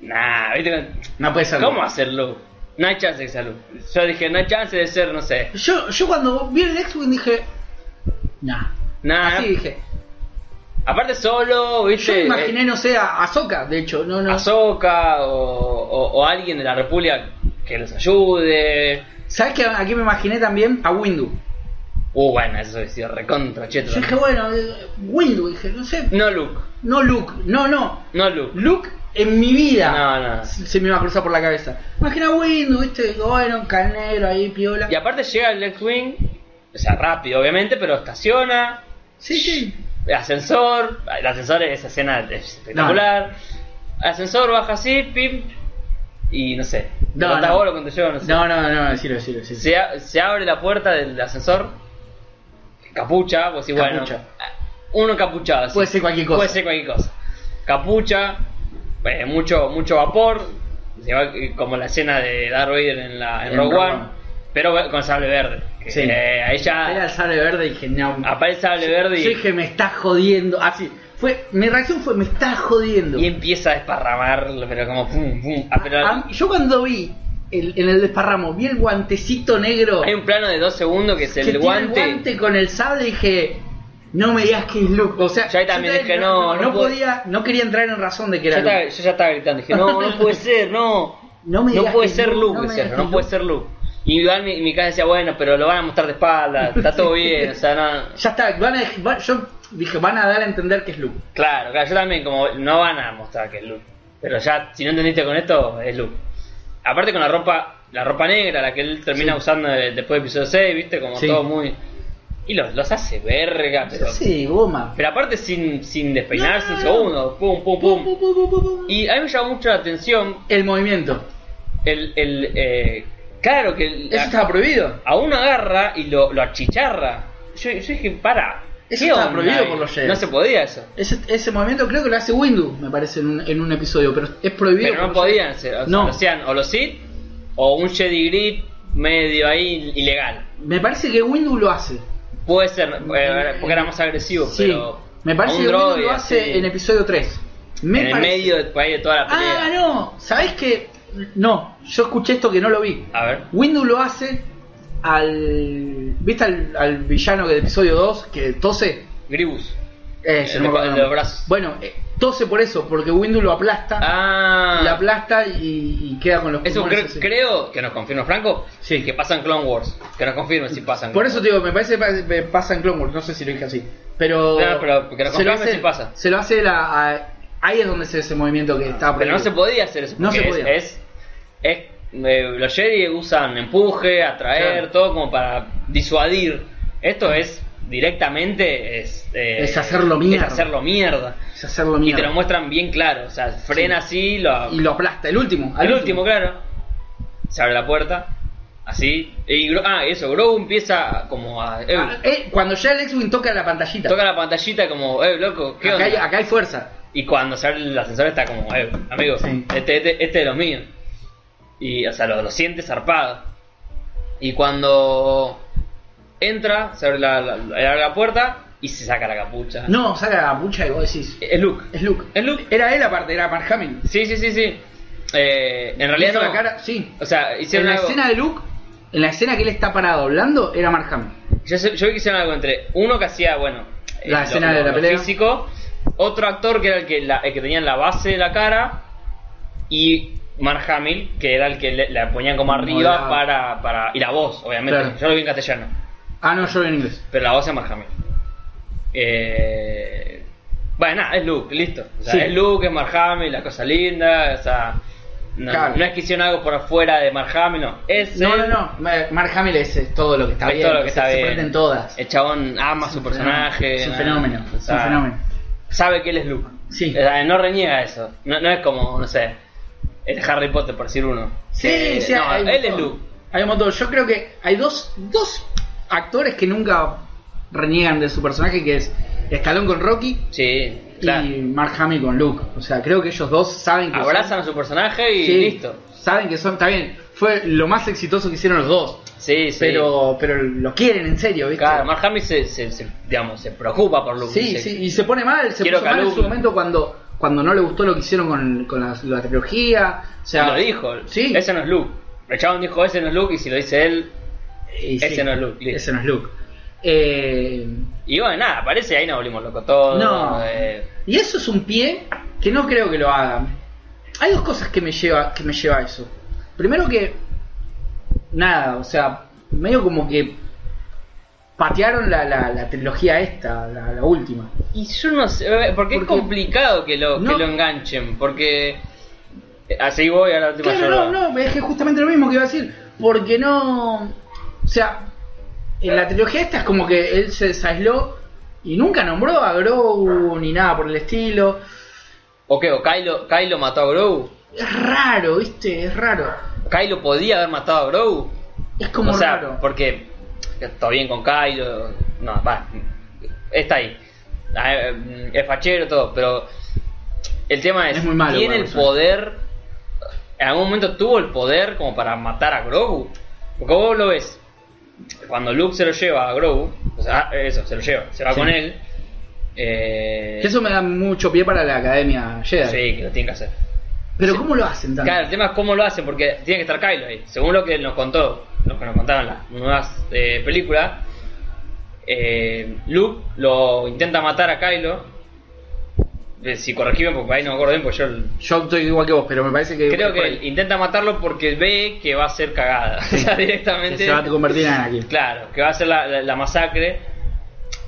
Nah, ¿viste?
no puede ser.
¿Cómo hacerlo? No hay chance de ser Luke. Yo dije, no hay chance de ser, no sé.
Yo, yo cuando vi el X-Wing dije, nah.
Nah.
Así dije.
Aparte solo,
Yo
¿viste?
imaginé, no sé, a Azoka, de hecho, no, no.
Azoka o, o- o alguien de la República que los ayude.
¿Sabes que aquí me imaginé también? A Windu.
Uh, bueno, eso es recontra cheto.
Yo dije, bueno, eh, Windu, dije, no sé.
No Luke.
No Luke, no, no.
No Luke.
Luke en mi vida
No, no.
se se me iba a cruzar por la cabeza. Imagina Windu, viste, digo, bueno, canero ahí, piola.
Y aparte llega el X-Wing, o sea, rápido obviamente, pero estaciona,
Sí, sí.
el ascensor, el ascensor, esa escena es espectacular. El ascensor baja así, pim, y no sé.
No,
No,
no.
vos lo conté yo, no sé.
No, no, no, decilo, decilo, decilo.
Se, a- se abre la puerta del ascensor, capucha, pues igual,
Capucha.
uno encapuchado. así.
Puede ser cualquier cosa.
Puede ser cualquier cosa. Capucha, eh, mucho, mucho vapor, se va, eh, como la escena de Darth Vader en, la, en
En
Rogue
Rogue
One,
One.
pero ve- con sable verde. que,
Sí.
eh, ahí ya
Era el sable verde y dije, no.
aparece el sable verde
Yo
y,
dije, me estás jodiendo. Así. Fue, mi reacción fue, me estás jodiendo.
y empieza a desparramarlo, pero como pum, pum. Ah, pero
A- a- yo cuando vi el- en el desparramo, vi el guantecito negro
hay un plano de dos segundos que es
que
el,
tiene
guante.
el guante con el sable, dije, no me digas que es Luke. O sea,
Yo ahí también dije, no,
no,
no puedo-
podía, no quería entrar en razón de que
Yo,
era
estaba-
Luke.
yo ya estaba gritando, dije, no,
[LAUGHS]
no puede ser, no.
No me
No
digas
puede
que
ser
es
Luke,
no me
decía
digas
yo,
que
no
es
puede
Luke.
ser Luke. Y igual mi, mi casa decía, bueno, pero lo van a mostrar de espalda, está
[LAUGHS]
todo bien, o sea, no.
Ya está, van a, va- yo dije, van a dar a entender que es Luke.
Claro, claro, yo también, como no van a mostrar que es Luke. Pero ya, si no entendiste con esto, es Luke. Aparte con la ropa, la ropa negra, la que él termina
Sí.
usando de- después de episodio 6, viste, como
Sí.
todo muy. Y los, los hace verga, pero.
Sí, goma.
Pero aparte sin, sin despeinar,
No,
sin
no.
segundos, pum, pum, pum.
Pum, pum, pum, pum, pum.
Y a mí me llamó mucho la atención
el movimiento.
el. el eh, claro que. el-
Eso estaba prohibido.
a uno agarra y lo, lo achicharra. Yo, yo dije, para.
Eso
¿qué
estaba
onda
prohibido
ahí?
por los Jedi.
No se podía eso.
Ese, ese movimiento creo que lo hace Windu, me parece, en un, en un episodio, pero es prohibido.
Pero no
por-
podían ser. O sea,
No.
lo hacían o los Sith o un Jedi Grid medio ahí ilegal.
Me parece que Windu lo hace.
Puede ser, eh, porque era más agresivo.
Sí,
pero
me parece
a un
que Windu
droide,
lo hace
así,
en episodio 3. Me
en el
parece-
medio de, por ahí de toda la pelea.
Ah, no, ¿sabés que No, yo escuché esto que no lo vi.
A ver.
Windu lo hace al. ¿Viste al, al villano del episodio 2 que tose?
Gribus.
Eh,
El
yo no me
de- el
acuerdo el
de los
nombre.
brazos.
Bueno, eh, tose por eso, porque Windu lo aplasta.
Ah.
La aplasta y, y queda con los
eso
pulmones
cre-
así.
creo que nos confirma Franco.
Sí.
Que pasan Clone Wars. Que nos confirme si pasan.
Por eso te digo, me parece que pa- me pasa en Clone Wars, no sé si lo dije así. Pero,
No, pero que lo
se lo
confirme
hace,
si pasa.
Se lo hace la, a- ahí es donde se ese movimiento que estaba
Pero no
prohibido.
se podía hacer eso.
Ah, No
porque
se
es-
podía.
Es, es- eh, los Jedi usan empuje, atraer,
Claro.
todo como para disuadir. Esto es directamente. Es, eh,
Es hacerlo mierda.
es hacerlo mierda.
Es hacerlo
Y te
mierda.
lo muestran bien claro. O sea, frena así. Lo,
Y lo aplasta, el último.
al último, claro. Se abre la puerta. Así. Y, Gro- ah, eso. Grogu empieza como a. eh,
Ah, eh, cuando ya el X-Wing toca la pantallita,
toca la pantallita como. Eh, loco, ¿qué
acá,
onda?
hay, acá hay fuerza.
Y cuando se abre el ascensor está como, eh, amigo,
Sí.
este, este, este es lo mío. Y, o sea, lo, lo siente zarpado. Y cuando entra, se abre la, la- la- abre la puerta y se saca la capucha.
No, saca la pucha y vos decís,
Es Luke.
es Luke.
Es Luke.
Era él aparte, era Mark Hamill.
Sí, sí, sí, sí. Eh, en realidad
Hizo
no.
la cara, sí.
O sea,
En
hicieron
la
algo.
escena de Luke, en la escena que él está parado hablando, era Mark Hamill.
Yo, sé- yo vi que hicieron algo entre uno que hacía, bueno, eh,
La escena de la pelea.
físico, otro actor que era el que, la, el que tenía en la base de la cara y Mark Hamill, que era el que le, la ponían como
Como
arriba
la-
para, para. Y la voz, obviamente.
Claro.
Yo lo vi en castellano,
Ah, no, yo lo vi en inglés.
pero la voz es Mark Hamill. Eh, bueno, nada, es Luke, listo. O sea,
Sí.
es Luke, es Mark Hamill, la cosa linda, o sea. No,
Claro.
no es que hicieron algo por afuera de Mark Hamill, no. Es
No,
el-
no, no. Ma- Mark Hamill es, eh, todo lo que está
Es
bien.
todo lo que
se-
está
se
bien.
prenden todas.
El chabón ama
Es
su
un
personaje.
fenómeno, Es
nada,
un fenómeno.
o
Es un
sea,
fenómeno.
Sabe que él es Luke.
Sí.
O sea, no reniega eso. No, no es como, no sé, el Harry Potter, por decir uno.
Sí,
Que-
sí,
no,
hay un
él es
montón.
Luke.
Hay un montón. Yo creo que hay dos, dos actores que nunca reniegan de su personaje, que es Escalón con Rocky
Sí, claro.
y Mark Hamill con Luke. O sea, creo que ellos dos saben que
Abrazan a su personaje
son,
y
Sí,
listo.
Saben que son, está bien, fue lo más exitoso que hicieron los dos.
Sí, sí.
Pero, pero lo quieren en serio, ¿viste?
Claro, Mark Hamill se, se- se- digamos, se preocupa por Luke.
Sí,
dice,
sí, y se pone mal, se
Quiero
puso mal en
Calum.
su momento cuando, cuando no le gustó lo que hicieron con, con la, la trilogía. O sea,
lo dijo.
Sí.
Ese no es Luke. El chabón dijo, ese no es Luke, y si lo dice él...
y
ese no es Luke, listo.
Ese no es Luke. Eh,
Y bueno, nada, parece ahí nos volvimos locos todos.
No.
eh,
Y eso es un pie que no creo que lo hagan. Hay dos cosas que me lleva, que me lleva a eso. Primero que nada, o sea, medio como que patearon la, la- la trilogía esta, la, la última.
Y yo no sé, eh, porque es
Porque-
complicado que lo,
No.
que lo enganchen, porque eh, así voy a la última
Claro,
yo-
no, no, es que justamente lo mismo que iba a decir, porque no, o sea, en la trilogía esta es como que él se desailó y nunca nombró a Grogu ni nada por el estilo.
¿O qué? ¿O Kylo, Kylo mató a Grogu?
Es raro, ¿viste? Es raro.
¿Kylo podía haber matado a Grogu?
Es como
o sea,
raro.
porque todo bien con Kylo, no, va, está ahí. Ah, eh, Es fachero todo, pero el tema es,
Es muy malo
¿tiene
para
el
resolver.
poder? ¿En algún momento tuvo el poder como para matar a Grogu? Porque vos lo ves, cuando Luke se lo lleva a Grogu, o sea, ah, eso, se lo lleva, se va
Sí.
con él. eh,
Eso me da mucho pie para la Academia Jedi.
Sí, que lo tiene que hacer.
Pero ¿cómo lo hacen tanto?
Claro, el tema es cómo lo hacen, porque tiene que estar Kylo ahí. Según lo que nos contó, lo que nos contaron las nuevas eh, películas, eh, Luke lo intenta matar a Kylo. Eh, Si corregime, porque ahí no me acuerdo bien, porque yo l-
Yo estoy igual que vos, pero me parece que...
creo
por
que
ahí.
intenta matarlo porque ve que va a ser cagada. [LAUGHS] o sea,
Que
directamente.
se va a convertir en Anakin.
Claro, que va a ser la, la- la masacre.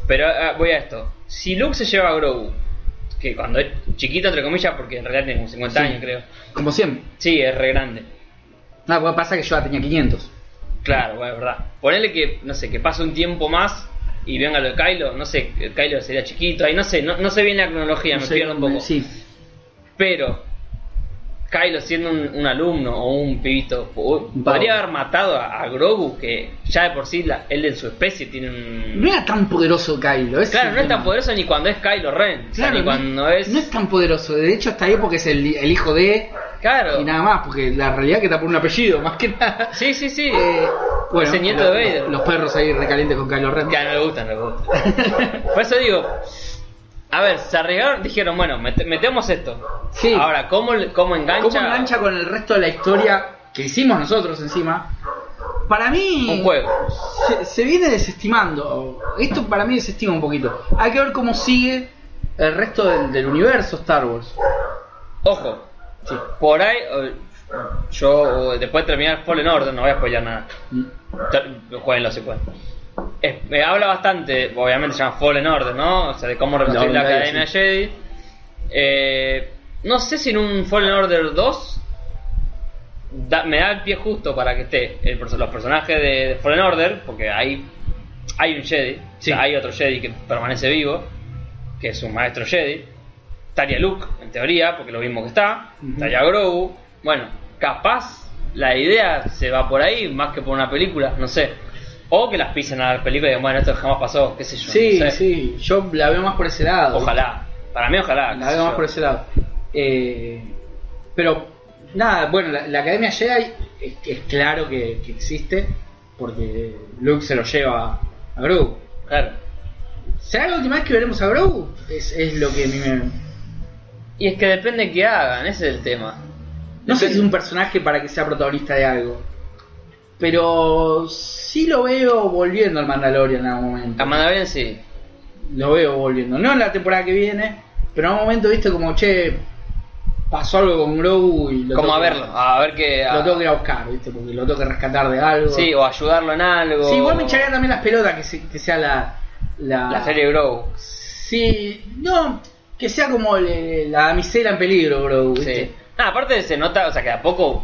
Pero ah, voy a esto. Si Luke se lleva a Grogu, que cuando es chiquito, entre comillas, porque en realidad tiene como 50
Sí.
años, creo.
Como siempre.
Sí, es re grande.
No, porque pasa que yo ya tenía 500.
Claro, bueno, es verdad. Ponele que, no sé, que pase un tiempo más y venga lo de Kylo, no sé, que Kylo sería chiquito, ahí no sé, no, no sé bien la cronología, me
sé,
pierdo un poco.
Sí.
Pero, Kylo siendo un, un alumno o un pibito, o-
Un pavo.
podría haber matado a, a Grogu, que ya de por sí la- él en su especie tiene un...
No era tan poderoso Kylo. ese
claro,
el
no es tan
tema.
poderoso ni cuando es Kylo Ren, o sea,
Claro,
ni
no-
cuando es...
No es tan poderoso. De hecho, hasta ahí porque es el, el hijo de...
Claro.
Y nada más, porque la realidad es que está por un apellido, más que nada.
Sí, sí, sí.
[LAUGHS] Eh, bueno,
el nieto
lo-
de Vader.
los perros ahí recalientes con Kylo Ren.
Ya, no le gustan, no le gustan. Por eso digo, a ver, se arriesgaron, dijeron, bueno, mete- metemos esto.
Sí.
Ahora, ¿cómo, le- cómo engancha?
¿Cómo engancha con el resto de la historia que hicimos nosotros encima? Para mí...
un juego?
se, se viene desestimando. Esto para mí desestima un poquito. Hay que ver cómo sigue el resto del, del universo Star Wars.
Ojo,
Sí.
por ahí, eh, yo o después de terminar Fallen Order, no voy a spoiler nada. Ter- Jueguenlo si pueden. Es- eh, habla bastante, obviamente se llama Fallen Order, ¿no? O sea, de cómo reconstruir la
Orden Jedi,
Academia
sí.
Jedi. Eh, no sé si en un Fallen Order 2 da- me da el pie justo para que esté el perso- los personajes de, de Fallen Order, porque hay, hay un Jedi, o sea,
Sí.
hay otro Jedi que permanece vivo, que es un maestro Jedi. Estaría Luke, en teoría, porque lo mismo que está.
Ujú.
Estaría Grogu. Bueno, capaz la idea se va por ahí, más que por una película, no sé. O que las pisen a la película y digan, bueno, esto jamás pasó, qué sé yo.
Sí,
no sé.
sí. Yo la veo más por ese lado.
Ojalá. Para mí, ojalá. qué
La
sé
veo más
yo.
por ese lado. Eh, pero, nada, bueno, la, la Academia Jedi es, es claro que, que existe porque Luke se lo lleva a Grogu.
Claro.
¿Será la última vez que veremos a Grogu? Es, es lo que a mí me...
Y es que depende que hagan, ese es el tema.
No sé
Depende-
si es un personaje para que sea protagonista de algo. Pero sí lo veo volviendo al Mandalorian en algún momento.
A Mandalorian sí.
Lo veo volviendo. No en la temporada que viene, pero en algún momento viste como, che, pasó algo con Grogu y lo
Como
tengo
a
que-
verlo, a ver que. a-
Lo tengo que ir a buscar, viste, porque lo tengo que rescatar de algo.
Sí, o ayudarlo en algo.
Sí, igual me echaría también las pelotas que, se- que sea la... La,
La serie Grow.
Sí, no, que sea como le- la damisela en peligro, Grogu, viste.
Sí. Ah, aparte se nota, o sea, que de a poco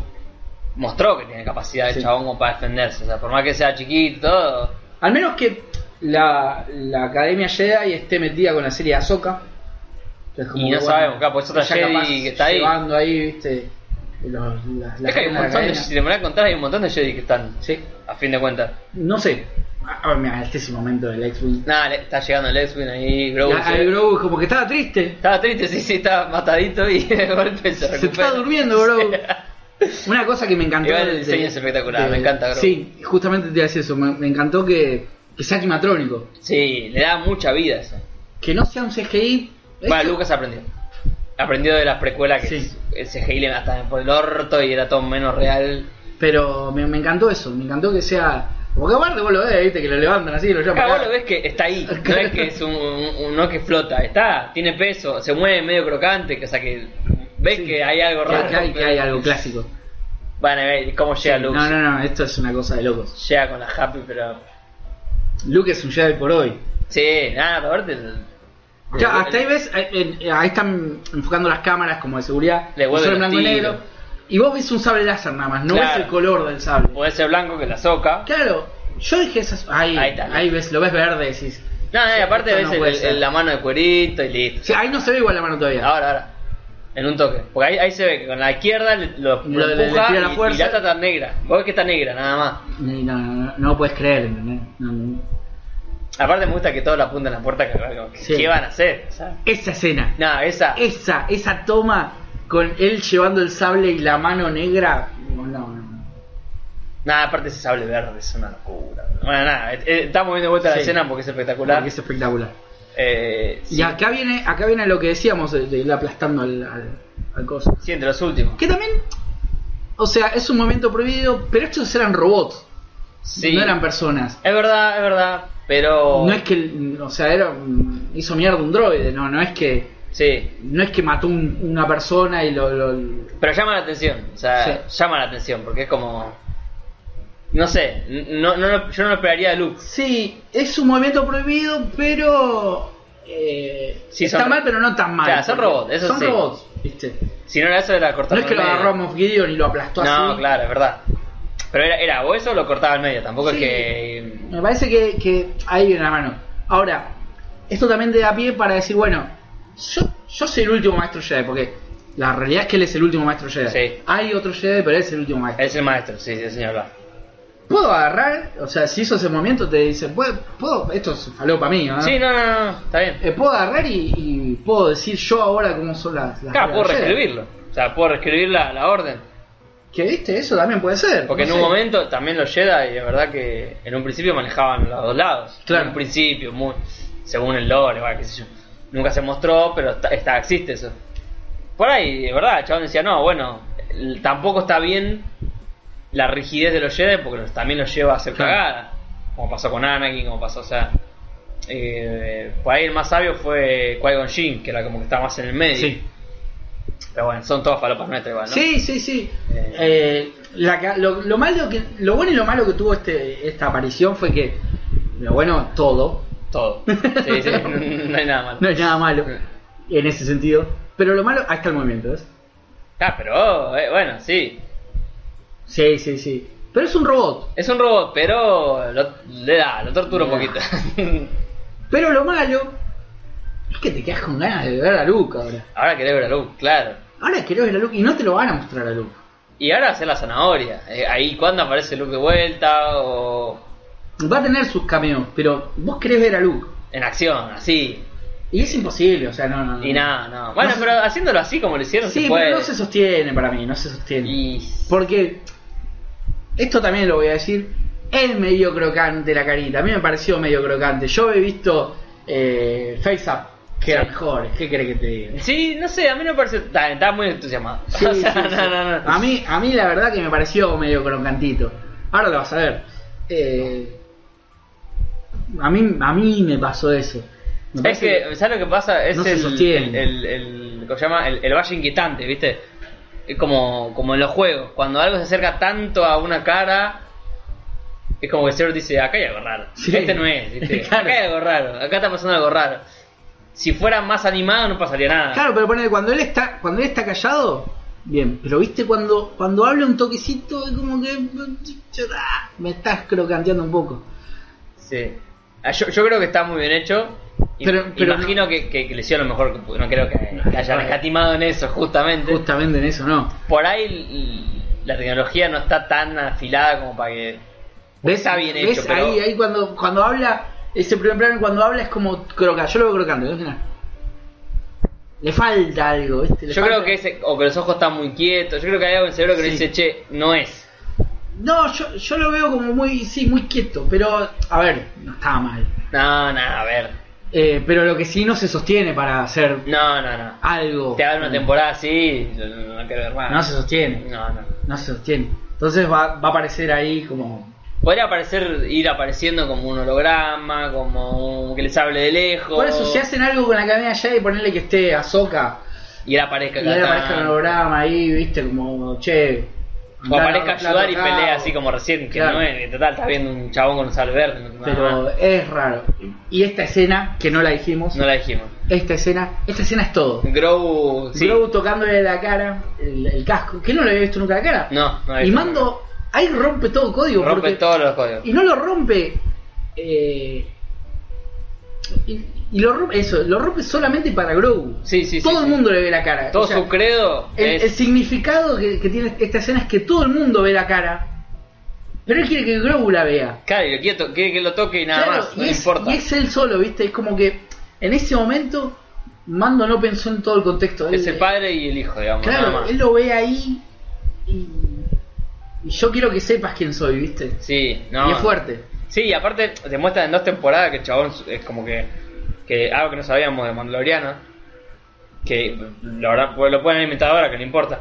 mostró que tiene capacidad el
Sí.
chabón como para defenderse. O sea, por más que sea chiquito, y todo,
Al menos que la, la Academia Jedi esté metida con la serie Ahsoka. que es
Y no sabemos, capo, es otra
ella
Jedi
capaz
que está ahí.
Llevando ahí, viste, los- las- las
es que hay un
gemas de
montón
la
de,
cadena.
si te ponés a contar, hay un montón de Jedi que están,
Sí,
a fin de cuentas.
no sé. A ver, mira, este es el momento del X-Wing.
Nada, le- está llegando el X-Wing ahí, Grogu.
Ya,
se-
Ah, el Grogu como que estaba triste.
Estaba triste, sí, sí, estaba matadito y [LAUGHS] de golpe se
Se
recupera.
está
[LAUGHS]
durmiendo, Grogu. Una cosa que me encantó.
Igual el
de-
diseño es espectacular, me encanta, Grogu.
Sí, justamente te decía eso. Me, me encantó que, que sea animatrónico.
Sí, le da mucha vida eso.
Que no sea un CGI.
Bueno,
Esto-
Lucas aprendió. Aprendió de las precuelas que
Sí.
el CGI le mataban por el orto y era todo menos real.
Pero me, me encantó eso, me encantó que sea. Porque aparte vos lo ves, viste, que lo levantan así, lo llaman.
Acá Ah, vos lo ves que está ahí, no es que es un, un- un- no que flota, está, tiene peso, se mueve medio crocante, que, o sea que ves que hay algo raro.
que, hay, que hay
pero-
algo clásico.
Van a ver cómo llega Luke.
No, no, no, esto es una cosa de locos.
Llega con la Happy, pero.
Luke es un Jedi por hoy.
Sí, nada, pero aparte. el-
Claro,
el-
hasta ahí ves, eh, eh, ahí están enfocando las cámaras como de seguridad,
Le
solo
vuelven
en
los
blanco y
tiros.
negro. Y vos ves un sable láser nada más, no ves
Claro.
el color del sable.
Puede ser blanco que la soca.
Claro, yo dije esas. Ahí,
Ahí
ahí,
está.
ves, lo ves verde, decís.
No, no, y aparte
esto
ves
no
el-
puede
el-
ser.
la mano de cuerito y listo.
O sea, ahí no se ve igual la mano todavía.
Ahora, ahora. En un toque. Porque ahí, ahí se ve que con la izquierda le- lo,
Lo-
lo
le- le
empuja
tira la
y- y,
fuerza.
la está tan negra. Vos ves que está negra, nada más.
No, no, no, no lo puedes creer, ¿entendés? No, no.
Aparte me gusta que todos la apuntan a la puerta. Que, que-
Sí.
¿Qué van a hacer? O sea,
Esa escena.
no, esa...
Esa, esa toma con él llevando el sable y la mano negra. No, no, no.
Nada, aparte ese sable verde es una locura. Bueno, nada. eh, eh, estamos viendo de vuelta
Sí.
la escena porque es espectacular.
Porque es espectacular.
Eh, sí,
Y acá viene, acá viene lo que decíamos de, de ir aplastando al, al, al coso.
sí, entre los últimos.
Que también, o sea, es un momento prohibido, pero estos eran robots,
Sí.
no eran personas.
Es verdad, es verdad. Pero...
No es que, el- o sea, era, un- hizo mierda un droide, no, no es que,
Sí.
no es que mató un- una persona y lo, lo-
Pero llama la atención, o sea, llama la atención, porque es como. No sé, n- no, no, lo- yo no lo esperaría de Luke.
Sí, es un movimiento prohibido, pero. eh,
Sí,
está
son-
mal, pero no tan mal.
Claro, son
porque
robots, eso
Son
sí.
robots, ¿viste?
Si no era eso, era
No
cortar
es que lo agarró a Moff Gideon y lo aplastó así.
No, claro, es verdad. Pero era, era o eso o lo cortaba al medio, tampoco
Sí.
es que.
Me parece que, que ahí viene la mano. Ahora, esto también te da pie para decir, bueno, yo, yo soy el último maestro Jedi, porque la realidad es que él es el último maestro Jedi.
Sí.
Hay otro Jedi, pero él es el último maestro.
Es el maestro, sí, sí, señor. va.
Puedo agarrar, o sea, si hizo ese movimiento, te dicen, "Bueno, puedo, esto es faló para mí, ¿no?
Sí, no, no, no, está bien.
Eh, puedo agarrar y, y puedo decir yo ahora cómo son las. las
Claro, puedo
reglas.
reescribirlo. O sea, puedo reescribir la, la orden.
Que viste, eso también puede ser.
Porque
no
en un
sé.
momento también los Jedi, de verdad que en un principio manejaban los dos lados.
Claro.
En un principio, muy, según el lore, va, qué sé yo. Nunca se mostró, pero está, está- existe eso. Por ahí, de verdad, el chabón decía, no, bueno, el- tampoco está bien la rigidez de los Jedi porque los- también los lleva a hacer
Claro.
cagada. Como pasó con Anakin, como pasó, o sea... eh, por ahí el más sabio fue Qui-Gon Jinn, que era como que está más en el medio.
Sí.
Pero bueno, son todas falopas nuestras igual, ¿no?
Sí, sí, sí.
Eh.
Eh, la ca- lo, lo malo que, lo bueno y lo malo que tuvo este, esta aparición fue que, lo bueno, todo,
Todo. Sí, [LAUGHS] sí, no hay nada malo.
no es nada malo en ese sentido, pero lo malo, ahí está el movimiento, ¿ves?
Ah, pero oh, eh, bueno, sí.
Sí, sí, sí. Pero es un robot.
Es un robot, pero lo- le da, lo torturo un
Le
poquito. [LAUGHS]
Pero lo malo es que te quedas con ganas de ver a Luke ahora.
ahora querés ver a Luke, claro.
Ahora querés ver a Luke y no te lo van a mostrar a Luke.
Y ahora hacer la zanahoria. Eh, ahí cuando aparece Luke de vuelta o
Va a tener sus cameos, pero vos querés ver a Luke.
en acción, así.
Y es imposible, o sea, no, no. no.
Y nada, no. Bueno,
No se-
pero haciéndolo así como lo hicieron
Sí,
se puede.
pero no se sostiene para mí, no se sostiene.
Y
Porque esto también lo voy a decir. Es medio crocante la carita. A mí me pareció medio crocante. Yo he visto eh, Face Up, que era
Sí.
mejor. ¿Qué querés que
[LAUGHS]
te diga?
sí, no sé, a mí no me parece tan- estaba muy entusiasmado.
Sí,
o sea,
sí,
no,
sí.
no, no.
A, mí, a mí la verdad que me pareció medio crocantito. Ahora lo vas a ver. Eh, a, mí, a mí me pasó eso. Me
Es
parece
que, ¿sabes lo que pasa? Es
no se
el,
sostiene.
El, el- el- ¿cómo se llama? El, el valle inquietante, ¿viste? Es como, como en los juegos. Cuando algo se acerca tanto a una cara, es como que el cerebro dice, acá hay algo raro.
Sí.
Este no es,
[LAUGHS]
¿viste?
Claro.
Acá hay algo raro, acá está pasando algo raro. Si fuera más animado no pasaría nada.
Claro, pero ponele, cuando él está cuando él está callado, Bien, pero viste cuando cuando habla un toquecito es como que me estás crocanteando un poco.
Sí. Ah, Yo, yo creo que está muy bien hecho. Y-
Pero- pero
Imagino que, que, que le hicieron lo mejor que pudo. No creo que, que hayan
Vale.
escatimado en eso, justamente.
Justamente en eso no.
Por ahí l- la tecnología no está tan afilada como para que. Está bien
¿Ves?
hecho, pero-
Ahí, ahí cuando, cuando habla, ese primer plano cuando habla es como crocante, yo lo veo crocante, ¿no? Mirá. Le falta algo, ¿viste? Le
Yo
falta-
creo que ese, o que los ojos están muy quietos. Yo creo que hay algo en el cerebro que le
Sí.
dice, che, no es.
No, yo, yo lo veo como muy, sí, muy quieto, pero, a ver, no estaba mal.
No, no, a ver.
Eh, pero lo que sí no se sostiene para hacer
No, no, no.
algo. eh,
Te hagan una temporada así, no, no, no quiero ver más.
Mm. No se sostiene,
No, no.
no se sostiene. Entonces va, va a aparecer ahí como...
Podría aparecer, ir apareciendo como un holograma, como que les hable de lejos.
Por eso, si hacen algo con la cadena ya y ponerle que esté Azoka
Y él aparezca
y ahí
cada
aparezca el
tanto.
holograma ahí, viste, como, che...
O
andá
aparezca a
a lavar
ayudar y
plato acá,
pelea
o-
así como recién, que
Claro.
no es, que total, está viendo un chabón con un sable verde. no-
Pero
no,
es raro. Y esta escena, que no la dijimos,
Ah. no la dijimos.
esta escena, esta escena es todo.
Grow, sí.
Grogu tocándole la cara, el, el casco, que no le había visto nunca la cara.
No, no la
y
dijimos.
mando, ahí rompe todo código.
Rompe
porque-
todos los códigos.
Y no lo rompe. eh, y, y lo rompe, eso, lo rompe solamente para Grogu.
Sí, sí, sí,
todo el
sí.
mundo le ve la cara.
Todo
O sea,
su credo
el,
es...
el significado que, que tiene esta escena es que todo el mundo ve la cara. Pero él quiere que Grogu la vea.
Claro, y lo quiere, to- quiere que lo toque y nada
Claro,
más, no
y
le
es,
importa.
y es él solo, ¿viste? Es como que en ese momento Mando no pensó en todo el contexto.
Es
Él-
el padre y el hijo, digamos, nada
Claro,
más.
él lo ve ahí y, y yo quiero que sepas quién soy, ¿viste?
Sí, no.
Y es fuerte.
Sí, y aparte te muestran en dos temporadas que el chabón es como que, que algo que no sabíamos de Mandaloriano, que la verdad pues, lo pueden inventar ahora, que no importa.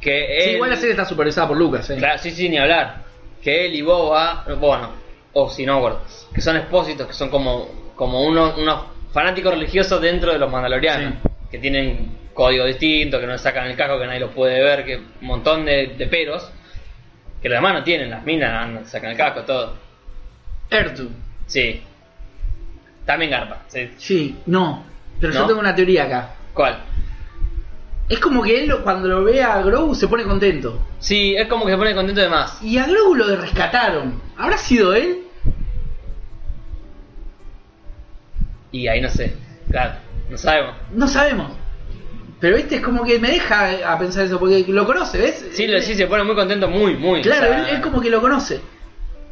Que
Sí,
él-
igual la serie está supervisada por Lucas, ¿eh?
Claro, sí, sí, ni hablar. Que él y Boba, Boba no, o si no, bueno, que son expósitos, que son como, como unos, unos fanáticos religiosos dentro de los mandalorianos,
Sí.
que tienen código distinto, que no le sacan el casco, que nadie los puede ver, que un montón de, de peros, que los demás no tienen, las minas no sacan el casco, todo.
Ertu.
Sí. También garpa. sí.
Sí, no. Pero yo
¿No?
tengo una teoría acá.
¿Cuál?
Es como que él lo- cuando lo ve a Grogu se pone contento.
Sí, es como que se pone contento de más.
Y a Grogu lo rescataron. ¿Habrá sido él?
Y ahí no sé. Claro, no sabemos.
No sabemos. Pero este es como que me deja a pensar eso, porque lo conoce, ¿ves? Eh,
Sí, lo, sí, se pone muy contento, muy, muy.
Claro,
o sea,
él, él como que lo conoce.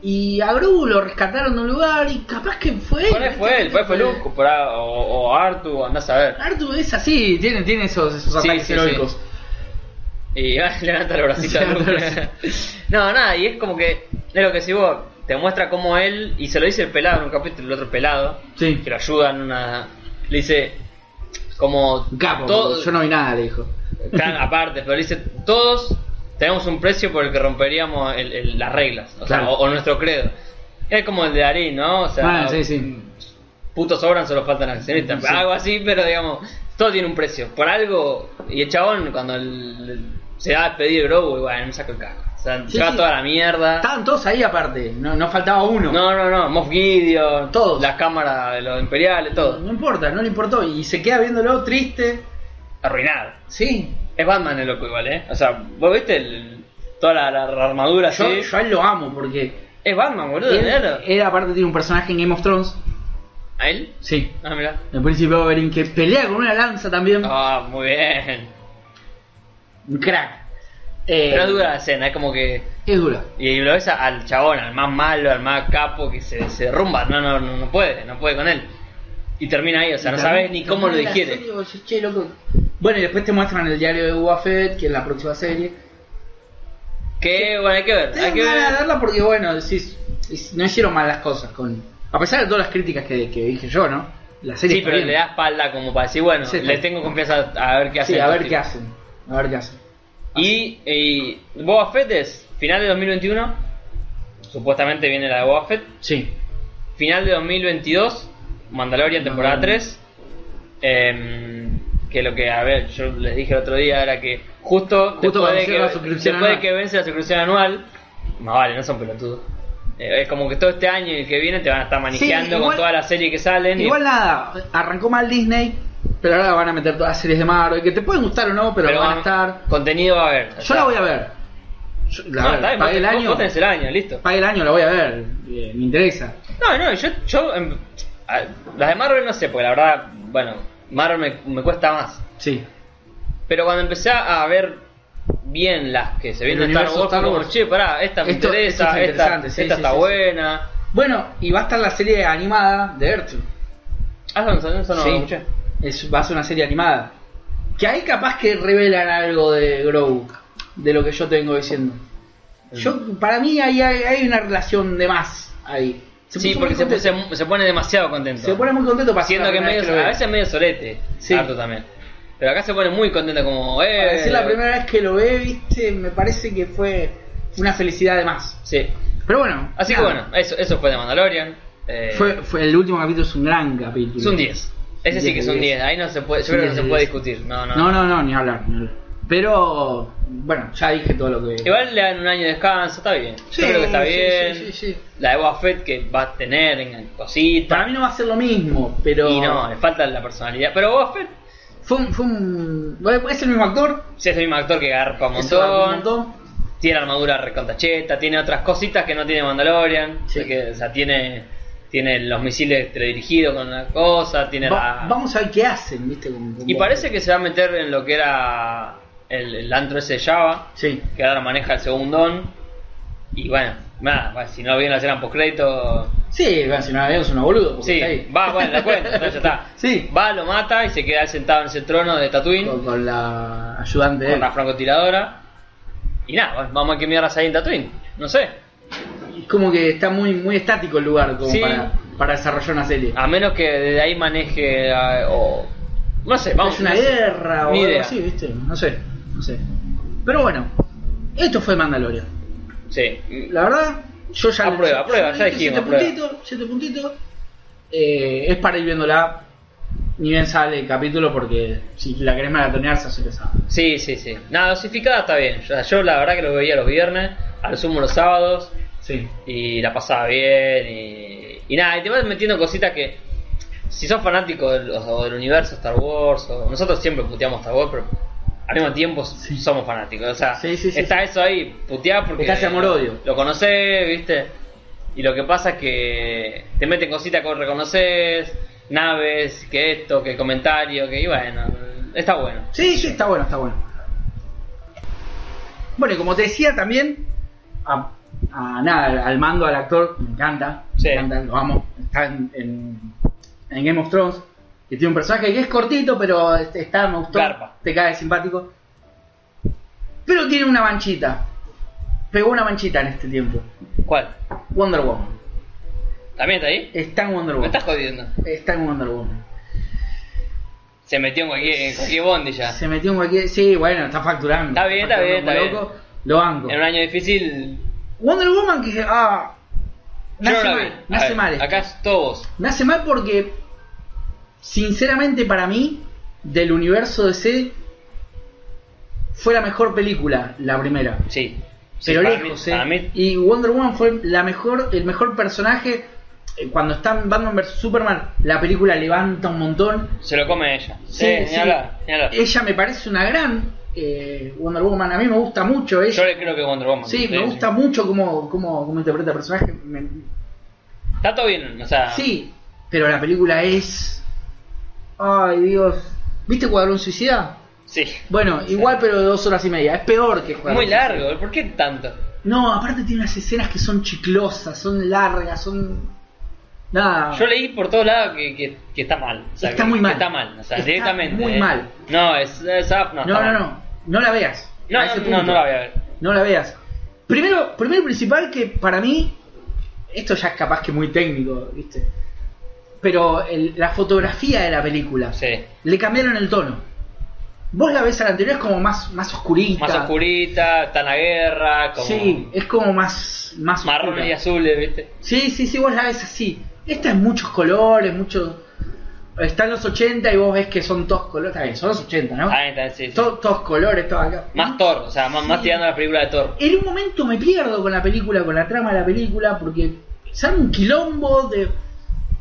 Y a Grogu lo rescataron de un lugar y capaz que fue él.
Por ahí fue él, fue, fue Luke, por ahí, o, o Artu, andás a ver.
Artu es así, tiene, tiene esos, esos
Sí,
ataques
sí,
heroicos.
sí. Y [LAUGHS] va, levanta los bracitos a
Levanta los
Luke. no, nada, y es como que, es lo que si vos, te muestra cómo él, y se lo dice el pelado en un capítulo, el otro pelado,
Sí.
que lo ayuda en una. Le dice, como.
Un Capo,
todo-
yo no vi nada, le dijo.
Claro, aparte, pero dice, todos tenemos un precio por el que romperíamos el- el- las reglas, o, sea,
Claro.
o- o nuestro credo. Es como el de Darín, ¿no? O sea, mm,
Ah, sí, sí.
putos sobran, solo faltan accionistas.
Sí.
Algo así, pero digamos, todo tiene un precio. Por algo, y el chabón cuando el- el- se va a pedir Grogu, y bueno, me saco el casco. O sea,
Sí,
se va
sí.
toda la mierda.
Estaban todos ahí aparte, no, no faltaba uno.
No, no, no, Moff Gideon,
Todos.
las cámaras de los imperiales, todo.
No importa, no le importó. Y se queda viéndolo triste.
Arruinado.
Sí.
Es Batman el loco igual, ¿eh? O sea, vos viste el- toda la, la- la armadura
Yo,
así.
yo a él lo amo porque
Es Batman, boludo,
él,
miralo.
él aparte tiene un personaje en Game of Thrones.
¿A él?
Sí.
Ah, mirá.
El príncipe Oberyn que pelea con una lanza también.
Ah, muy bien.
Un crack. Eh,
Pero es dura la escena, es como que.
Es dura.
Y lo ves a- al chabón, al más malo, al más capo, que se, se derrumba. No, no, no, no puede, no puede con él. Y termina ahí, o sea, no sabes ni cómo lo
Termina la
digiere.
serie, vos decís, "Che, loco". Bueno, y después te muestran el diario de Boba Fett, que es la próxima serie.
Que, bueno, hay que ver,
Tengo
hay que
ganas de
ver.
verla porque, bueno, decís, es- no hicieron mal las cosas. con A pesar de todas las críticas que, que dije yo, ¿no? La serie
Sí,
está
pero
bien.
le da espalda como para decir, bueno,
Sí, está
le
bien.
tengo confianza a ver qué hace.
Sí, a
el
ver
tipo.
qué hacen. A ver qué hacen.
Y, y Boba Fett es final de 2021. Supuestamente viene la de Boba Fett.
Sí.
Final de 2022, Mandalorian temporada
Mandalorian.
3. em, que lo que, a ver, yo les dije el otro día era que justo,
Justo cuando
después, de
cierra
que,
la suscripción
después de
anual.
que vence la suscripción anual, más vale, no son pelotudos. Eh, es como que todo este año y el que viene te van a estar manejando
igual-
con todas las series que salen. y-
Igual nada, arrancó mal Disney. Pero ahora van a meter todas las series de Marvel, que te pueden gustar o no, pero, van a estar.
Contenido va a haber.
Yo la voy a ver. Yo- la
No,
ver,
está bien,
pagué
vos-
el
vos-
año.
vos tenés el año, listo.
Pagué el año, la voy a ver. eh, me interesa.
No, no, yo, yo em, a- las de Marvel no sé, porque la verdad, bueno, Marvel me, me cuesta más.
Sí.
Pero cuando empecé a ver bien las que se
El
vienen de Star
universo
Wars,
Star
como,
Wars.
che, pará, esta me
Esto-
interesa,
esto está
esta,
interesante, sí,
esta
sí,
está
sí, sí.
buena.
Bueno, y va a estar la serie animada de Ertu.
Ah, no, eso no, eso no
Sí.
lo escuché.
Es- va a ser una serie animada. Que ahí capaz que revelan algo de Grogu, de lo que yo te vengo diciendo. Yo, para mí ahí hay, hay una relación de más ahí.
sí,
puso
porque
muy
se,
contento.
se- se pone demasiado contento.
Se pone muy contento para
Siendo
hacer
que
la primera
medio,
vez que lo
a
ve.
veces medio solete,
Sí.
harto también. Pero acá se pone muy contento como, eh...
Para decir la primera vez que lo ve, viste, me parece que fue una felicidad de más.
Sí.
Pero bueno.
Así que
nada.
bueno, eso, eso fue de Mandalorian. Eh,
Ah. Fue, fue el último capítulo, es un gran capítulo.
Es un 10. Ese sí que es un 10. Ahí no se puede, yo
Es un
creo que no
10,
se puede
es.
discutir. No, no.
No, no, no, ni hablar. ni hablar. Pero, bueno, ya dije todo lo que.
Igual le dan un año de descanso, está bien.
Sí,
yo creo que está
sí,
bien.
sí, sí, sí.
La de Boba Fett que va a tener en cositas.
Para mí no va a ser lo mismo, pero.
Y no, le falta la personalidad. Pero Boba Fett
Fue un, fue un- bueno, Es el mismo actor.
sí, es el mismo actor que garpa un
eso
montón.
da un montón.
Tiene armadura recontacheta, tiene otras cositas que no tiene Mandalorian.
Sí.
O sea, que, o sea, tiene, tiene los misiles teledirigidos con una cosa, tiene
Va-
la...
vamos a ver qué hacen, ¿viste? Con- con
Y
Boba
parece
Fett.
que se va a meter en lo que era el, el antro ese de Java,
Sí.
que ahora maneja el segundón. Y bueno, nada, bueno, si no viene la escena postcrédito,
Sí, bueno, si no la veo, es una boludo. porque
sí,
está ahí.
va, bueno, la cuenta, entonces ya está.
[LAUGHS] Sí.
Va, lo mata y se queda ahí sentado en ese trono de Tatooine
Con, con la ayudante de
con
él.
la francotiradora. Y nada, bueno, vamos a que mierdas ahí en Tatooine, no sé.
Es como que está muy muy estático el lugar como
Sí. Ah,
para, para desarrollar una serie.
A menos que desde ahí maneje eh, o... No sé, vamos.
es una
no sé.
guerra o
Ni
algo
idea.
así, ¿viste? No sé, no sé. Pero bueno, esto fue Mandalorian.
Sí.
La verdad, yo ya...
Aprueba, aprueba, ya dijimos,
7
aprueba.
puntitos, siete puntitos. Eh, es para ir viéndola. Ni bien sale el capítulo porque si la querés maratonear se hace pesada.
Sí, sí, sí. Nada, dosificada está bien. O sea, yo la verdad que lo veía los viernes, al sumo los sábados,
Sí.
y la pasaba bien. Y, y nada, y te vas metiendo cositas que. Si sos fanático del, o del universo Star Wars, o nosotros siempre puteamos Star Wars, pero al mismo tiempo
Sí.
somos fanáticos. O sea,
Sí, sí, sí,
está eso ahí, putear porque.
Está ese amor-odio.
Lo conocés, ¿viste? Y lo que pasa es que te meten cositas que vos reconoces, naves, que esto, que el comentario, que. Y bueno, está bueno.
Sí, sí, está bueno, está bueno. Bueno, y como te decía también, a, a nada, al mando, al actor, me encanta,
Sí.
me encanta, lo amo, está en, en- en Game of Thrones, que tiene un personaje que es cortito, pero este, está, me gustó,
Garpa.
te cae simpático. Pero tiene una manchita, pegó una manchita en este tiempo,
¿Cuál?
Wonder Woman,
¿También está ahí?
está en Wonder
Me
Woman,
estás jodiendo.
está en Wonder Woman.
Se metió en cualquier, en cualquier bondi ya.
Se metió en cualquier... Sí, bueno, está facturando.
Está bien, está bien,
facturando
está
como loco, Lo banco.
En un año difícil.
Wonder Woman que ah
Yo
nace
no la vi.
mal,
A
nace
ver,
mal. esto.
Acá es todo vos.
Nace mal porque sinceramente para mí del universo DC fue la mejor película, la primera.
Sí. Sí,
Pero
para
lejos,
mí-
eh.
para mí-
Y Wonder Woman fue la mejor, el mejor personaje Eh, cuando están Batman vs Superman, la película levanta un montón.
se lo come ella.
Sí,
Eh, ni
sí.
hablar, ni hablar.
Ella me parece una gran eh, Wonder Woman, a mí me gusta mucho ella.
Yo le creo que Wonder Woman.
Sí, me gusta mucho cómo, cómo, cómo interpreta el personaje. me-
Está todo bien, o sea.
Sí, pero la película es. Ay, Dios. ¿Viste Cuadrón Suicida?
Sí.
Bueno, igual, pero de dos horas y media. Es peor que Cuadrón
Muy
Suicida.
largo, ¿por qué tanto?
No, aparte tiene unas escenas que son chiclosas, son largas, son. Nada.
Yo leí por todos lados que, que, que está mal. o sea,
Ah. Está
que-
muy
que
mal.
Está mal, o sea,
Está
directamente.
muy
eh.
mal.
No, es, es up, no.
no,
está mal.
no, no. No la veas.
No,
A ese
no, no,
punto.
no la voy a ver.
No la veas. Primero, primero y principal que para mí, esto ya es capaz que muy técnico, ¿viste? Pero el- la fotografía de la película.
Sí.
Le cambiaron el tono. Vos la ves a la anterior es como más, más oscurita.
Más oscurita, está en la guerra, como.
Sí, es como más, más oscura.
Marrones y azules, ¿viste?
Sí, sí, sí, vos la ves así. Esta es muchos colores, muchos. Está en los 80 y vos ves que son todos colores. Está bien, son los 80, ¿no?
Ah, está, sí, sí.
To- todos colores, todo acá.
Más Thor, o sea, más, más
Sí.
tirando a la película de Thor.
En un momento me pierdo con la película, con la trama de la película, porque sale un quilombo de.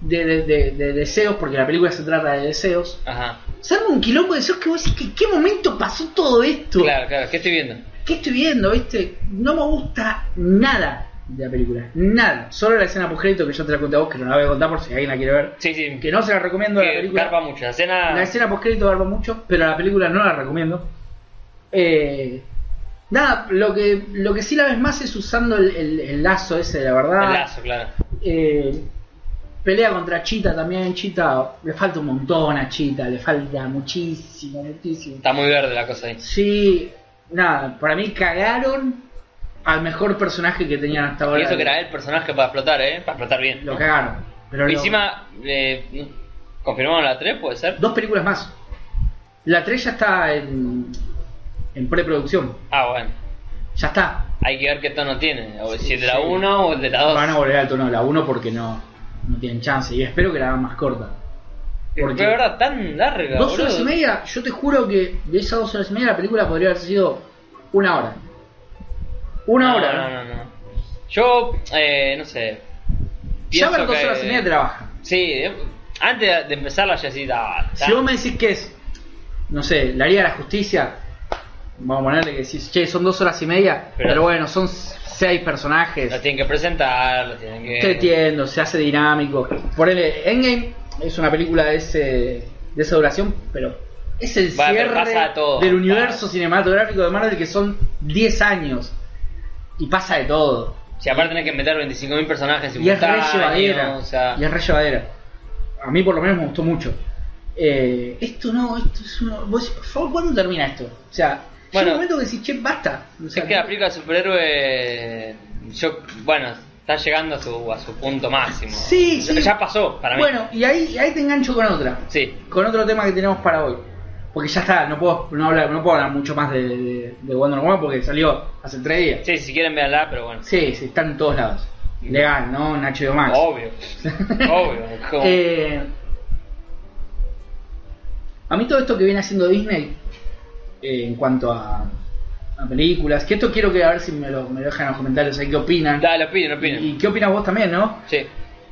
de, de- de- de deseos, porque la película se trata de deseos,
Ajá.
se arma un quilombo de deseos que vos decís que en qué momento pasó todo esto.
Claro, claro, ¿qué estoy viendo?
¿Qué estoy viendo? ¿Viste? No me gusta nada de la película. Nada. Solo la escena post-crédito que yo te la conté a vos, que no la voy a contar por si alguien la quiere ver.
Sí, sí,
Que no se la recomiendo a la
que
película.
carpa mucho. La escena.
La escena post-crédito garba mucho, pero la película no la recomiendo. Eh, nada, lo que, lo que sí la ves más es usando el, el- el lazo ese de la verdad.
El lazo, claro.
Eh, pelea contra Chita también. Chita le falta un montón a Chita, le falta muchísimo, muchísimo.
Está muy verde la cosa ahí.
Sí, nada, para mí cagaron al mejor personaje que tenían hasta ahora.
Y eso que era el personaje para explotar, ¿eh? Para explotar bien.
Lo cagaron. Pero
Y
lo-
encima, eh, confirmaron la 3, puede ser.
dos películas más. La 3 ya está en, en preproducción.
Ah, bueno.
Ya está.
Hay que ver qué tono tiene. O si es de la
sí.
1 o el de la 2.
Van a volver al tono de la 1 porque no, no tienen chance. Y espero que la hagan más corta.
Pero
Porque
de verdad, tan larga.
dos horas
boludo.
y media, yo te juro que de esas dos horas y media la película podría haber sido una hora. Una
No,
hora.
No, no, no. Yo, eh, no sé.
ya
Pienso
ver dos
que-
horas y media trabaja.
Sí, eh, antes de empezarla ya sí daba.
Si vos me decís que es, no sé, la Liga de la Justicia, vamos a ponerle que decís, che, son dos horas y media, pero,
Pero-
bueno, son seis personajes.
Lo tienen que presentar, lo tienen que.
Te entiendo, se hace dinámico. Ponele, Endgame es una película de, ese, de esa duración, pero es el
Va, pero
cierre
pasa todo,
del
claro.
universo cinematográfico de Marvel que son 10 años. Y pasa de todo.
Si aparte tenés que meter 25.000 personajes
Y es re
simultáneos.
llevadera.
o sea,
Y es re llevadera. A mí por lo menos me gustó mucho. Eh, esto no, esto es uno... Vos, decís, por favor, ¿cuándo termina esto? O sea, llega
Bueno.
un momento que decís, che, basta. O sea,
es que la película de superhéroe. Yo, bueno, está llegando a su, a su punto máximo.
Sí,
Ya-
sí.
Ya pasó para mí.
bueno, y ahí, y ahí te engancho con otra.
Sí.
con otro tema que tenemos para hoy. Porque ya está, no puedo no hablar, no puedo hablar mucho más de, de, de Wonder Woman porque salió hace tres días.
Sí, si quieren verla, pero bueno.
Sí, sí, está en todos lados. Legal, ¿no? Nacho de Max. [LAUGHS]
Obvio. Obvio. es como-
Eh, a mí todo esto que viene haciendo Disney eh, en cuanto a, a películas, que esto quiero que a ver si me lo, me lo dejan en los comentarios ahí qué opinan.
Dale, opinen, opinen.
Y qué opinas vos también, ¿no?
Sí.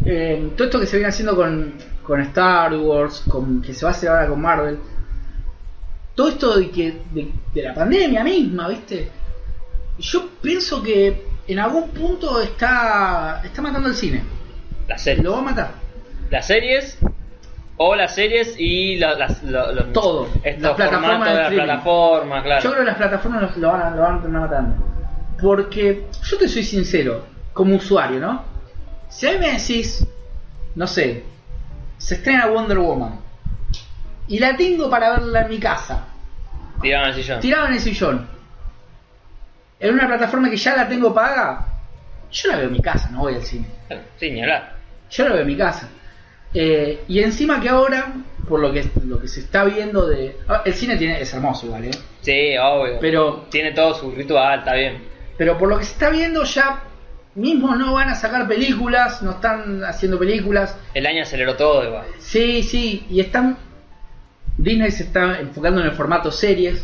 Eh, todo esto que se viene haciendo con, con Star Wars, con que se va a hacer ahora con Marvel, todo esto de, que, de, de la pandemia misma, ¿viste? Yo pienso que en algún punto está, está matando el cine.
Las series.
Lo va a matar.
Las series. O las series y la- las, lo- lo-
Todo.
Estos
Las plataformas
formatos
de
de la
streaming.
plataforma, claro.
Yo creo que las plataformas lo, lo van, a- lo van a terminar matando. Porque yo te soy sincero, como usuario, ¿no? Si a mí me decís, no sé, se estrena Wonder Woman y la tengo para verla en mi casa.
Tiraron al sillón.
tirado en el sillón, en una plataforma que ya la tengo paga, yo la veo en mi casa, no voy al cine.
Bueno, Sí, ni hablar.
Yo la veo en mi casa. Eh, y encima que ahora, por lo que, lo que se está viendo de... ah, El cine tiene, es hermoso igual, ¿eh?
Sí, obvio.
Pero,
Tiene todo su ritual, está bien.
pero por lo que se está viendo ya mismo no van a sacar películas, no están haciendo películas.
El año aceleró todo igual.
Sí, sí, y están... Disney se está enfocando en el formato series,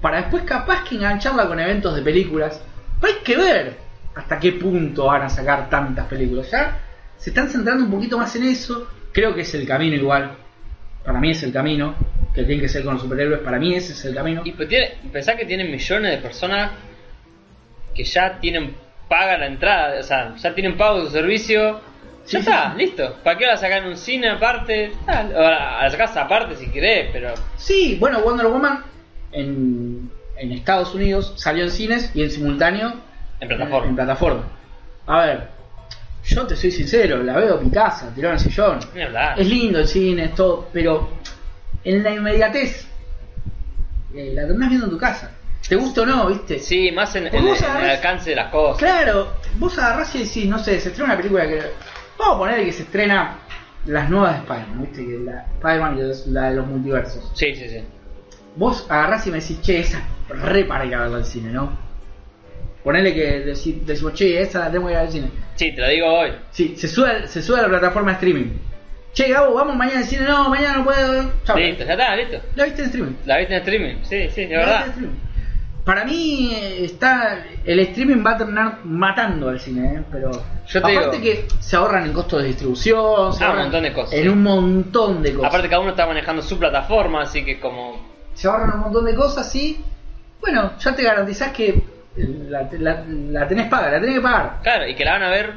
para después capaz que engancharla con eventos de películas. Pero hay que ver hasta qué punto van a sacar tantas películas. Ya se están centrando un poquito más en eso. Creo que es el camino igual. Para mí es el camino que tiene que ser con los superhéroes. Para mí ese es el camino.
Y pues tiene, pensá que tienen millones de personas que ya tienen paga la entrada, o sea, ya tienen pago su servicio.
Sí,
ya está,
sí.
listo. ¿Para qué la sacan en un cine aparte? Ah, o la la sacás aparte si querés, pero
Sí, bueno, Wonder Woman en, en Estados Unidos salió en cines y en simultáneo
en
en
plataforma.
plataforma. A ver, yo te soy sincero, la veo Picasa, tiró en el sillón.
Ni hablar.
Es lindo el cine, es todo, pero en la inmediatez eh, la terminás viendo en tu casa. Te gusta o no, ¿viste?
Sí, más en,
Porque
en-
vos
en el
agarrás-
alcance de las cosas.
Claro, vos agarrás y decís, no sé, se estrena una película que. Vamos a poner que se estrena las nuevas de Spider-Man, ¿viste? Que la Spider-Man y los- la de los multiversos.
Sí, sí, sí.
Vos agarrás y me decís, che, esa es re para ir a verla al cine, ¿no? Ponele que deci- decimos, che, esa la tengo que ir a ver al cine.
Sí, te lo digo hoy.
Sí, se sube, se sube a la plataforma de streaming. Che, Gabo, vamos mañana al cine. No, mañana no puedo. Chao.
Listo, ya está, listo.
La viste en streaming.
La viste en streaming. Sí, sí, de
La viste en
verdad.
streaming. Para mí eh, está el streaming va a terminar matando al cine, ¿eh? pero
Yo te
aparte
digo-
que se ahorran en costos de distribución, se
Ah, un
ahorran
montón de cosas.
en un montón de cosas.
Aparte cada uno está manejando su plataforma, así que como...
se ahorran un montón de cosas y bueno, ya te garantizás que la, la- la tenés paga, la tenés que pagar.
Claro, y que la van a ver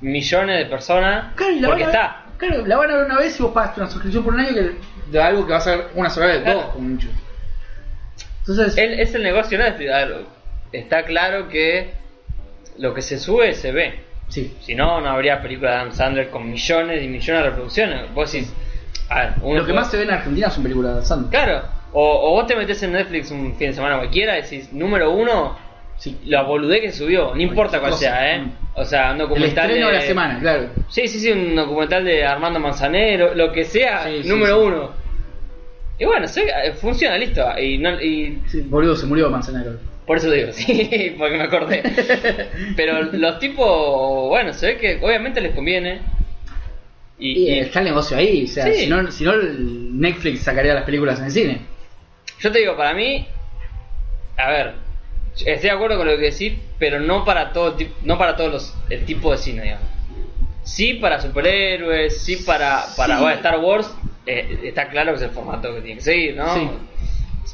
millones de personas
Claro, y la
porque
van a ver-
está.
claro, la van a ver una vez y vos pagaste una suscripción por un año que, de algo que vas a ver una sola vez,
Claro.
dos como mucho. Entonces,
Él- es el negocio de Netflix. A ver, Está claro que lo que se sube se ve.
sí.
Si no, no habría películas de Adam Sandler con millones y millones de reproducciones. Vos decís, a ver, uno
Lo que
puede-
más se ve en Argentina son películas de Sandro.
Claro, o, o vos te metes en Netflix un fin de semana cualquiera y decís, número uno,
Sí.
la boludez que subió, no importa cuál
Cualquier
sea,
cosa.
¿eh?
Mm.
O sea, un
El
documental
estreno de
de...
la semana, claro.
Sí, sí, sí, un documental de Armando Manzanero, lo que sea,
Sí, sí,
número
sí.
uno. Y bueno, se- eh, funciona, listo. Y, no- y
Sí, boludo, se murió Manzanero.
por eso digo, [LAUGHS] sí, porque me acordé. Pero los tipos, bueno, se ve que obviamente les conviene.
Y,
Y, y-
está el negocio ahí, o sea,
Sí.
si no, si no el Netflix sacaría las películas en el cine.
yo te digo, para mí, a ver, estoy de acuerdo con lo que decís, pero no para todo tip- no para todos los el tipo de cine, digamos. Sí para superhéroes, sí para para
Sí.
bueno, Star Wars, eh, está claro que es el formato que tiene que seguir, ¿no?
Sí.